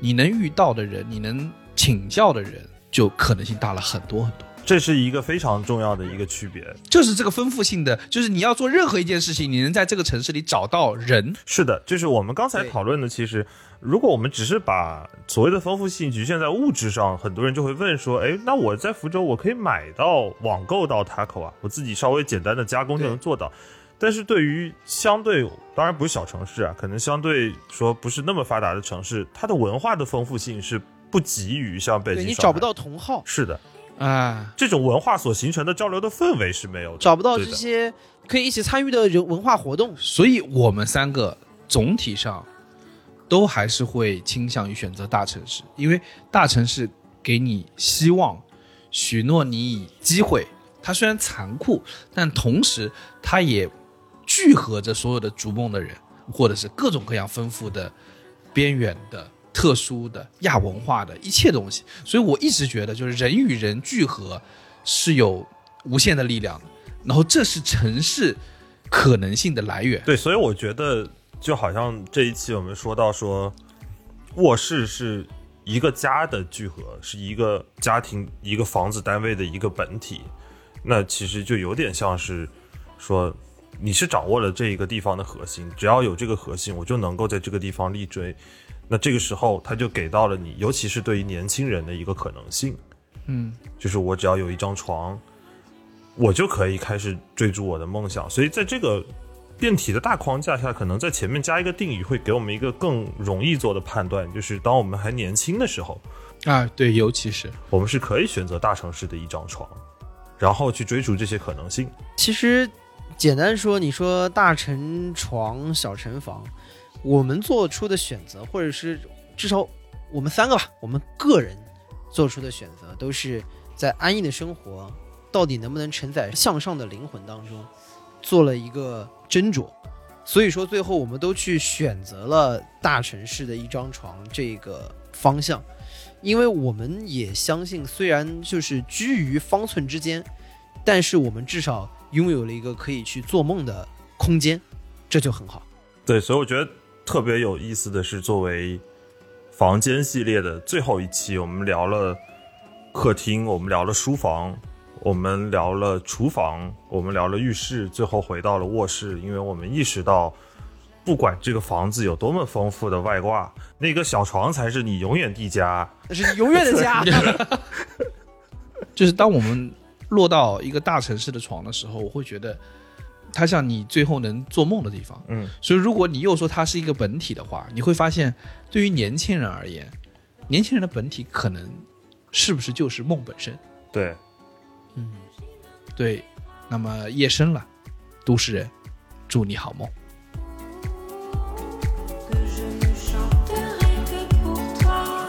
[SPEAKER 2] 你能遇到的人，你能请教的人，就可能性大了很多很多。
[SPEAKER 4] 这是一个非常重要的一个区别。
[SPEAKER 2] 就是这个丰富性的，就是你要做任何一件事情，你能在这个城市里找到人，
[SPEAKER 4] 是的，就是我们刚才
[SPEAKER 2] 对
[SPEAKER 4] 讨论的，其实如果我们只是把所谓的丰富性局限在物质上，很多人就会问说，哎，那我在福州我可以买到网购到 taco 啊，我自己稍微简单的加工就能做到。但是对于相对，当然不是小城市啊，可能相对说不是那么发达的城市，它的文化的丰富性是不及于像北
[SPEAKER 3] 对
[SPEAKER 4] 京、
[SPEAKER 3] 你
[SPEAKER 4] 上
[SPEAKER 3] 找不
[SPEAKER 4] 海。
[SPEAKER 3] 到同好，
[SPEAKER 4] 是的，
[SPEAKER 5] 啊，
[SPEAKER 4] 这种文化所形成的交流的氛围是没有的，
[SPEAKER 3] 找不到这
[SPEAKER 4] 对的
[SPEAKER 3] 些可以一起参与的人文化活动。
[SPEAKER 2] 所以我们三个总体上都还是会倾向于选择大城市，因为大城市给你希望，许诺你以机会。它虽然残酷，但同时它也聚合着所有的逐梦的人，或者是各种各样丰富的、边缘的、特殊的、亚文化的一切东西。所以我一直觉得，就是人与人聚合是有无限的力量的，然后这是城市可能性的来源。
[SPEAKER 4] 对，所以我觉得就好像这一期我们说到说，卧室是一个家的聚合，是一个家庭、一个房子单位的一个本体。那其实就有点像是说，你是掌握了这一个地方的核心，只要有这个核心，我就能够在这个地方立锥。那这个时候，他就给到了你，尤其是对于年轻人的一个可能性。
[SPEAKER 2] 嗯，
[SPEAKER 4] 就是我只要有一张床，我就可以开始追逐我的梦想。所以在这个变体的大框架下，可能在前面加一个定语，会给我们一个更容易做的判断，就是当我们还年轻的时候，
[SPEAKER 2] 啊，对，尤其是
[SPEAKER 4] 我们是可以选择大城市的一张床，然后去追逐这些可能性。
[SPEAKER 3] 其实简单说，你说大成床、小成房，我们做出的选择，或者是至少我们三个吧，我们个人做出的选择，都是在安逸的生活到底能不能承载向上的灵魂当中，做了一个斟酌。所以说，最后我们都去选择了大城市的一张床这个方向，因为我们也相信，虽然就是居于方寸之间，但是我们至少拥有了一个可以去做梦的空间，这就很好。
[SPEAKER 4] 对，所以我觉得特别有意思的是，作为房间系列的最后一期，我们聊了客厅，我们聊了书房，我们聊了厨房，我们聊了浴室，最后回到了卧室，因为我们意识到，不管这个房子有多么丰富的外挂，那个小床才是你永远的家。
[SPEAKER 3] 那是你永远的家。 <laughs>
[SPEAKER 2] 就是当我们落到一个大城市的床的时候，我会觉得它像你最后能做梦的地方。
[SPEAKER 4] 嗯，
[SPEAKER 2] 所以如果你又说它是一个本体的话，你会发现，对于年轻人而言，年轻人的本体可能是不是就是梦本身？
[SPEAKER 4] 对，
[SPEAKER 2] 对，那么夜深了，都市人，祝你好梦。
[SPEAKER 6] Que je ne chanterai que pour toi.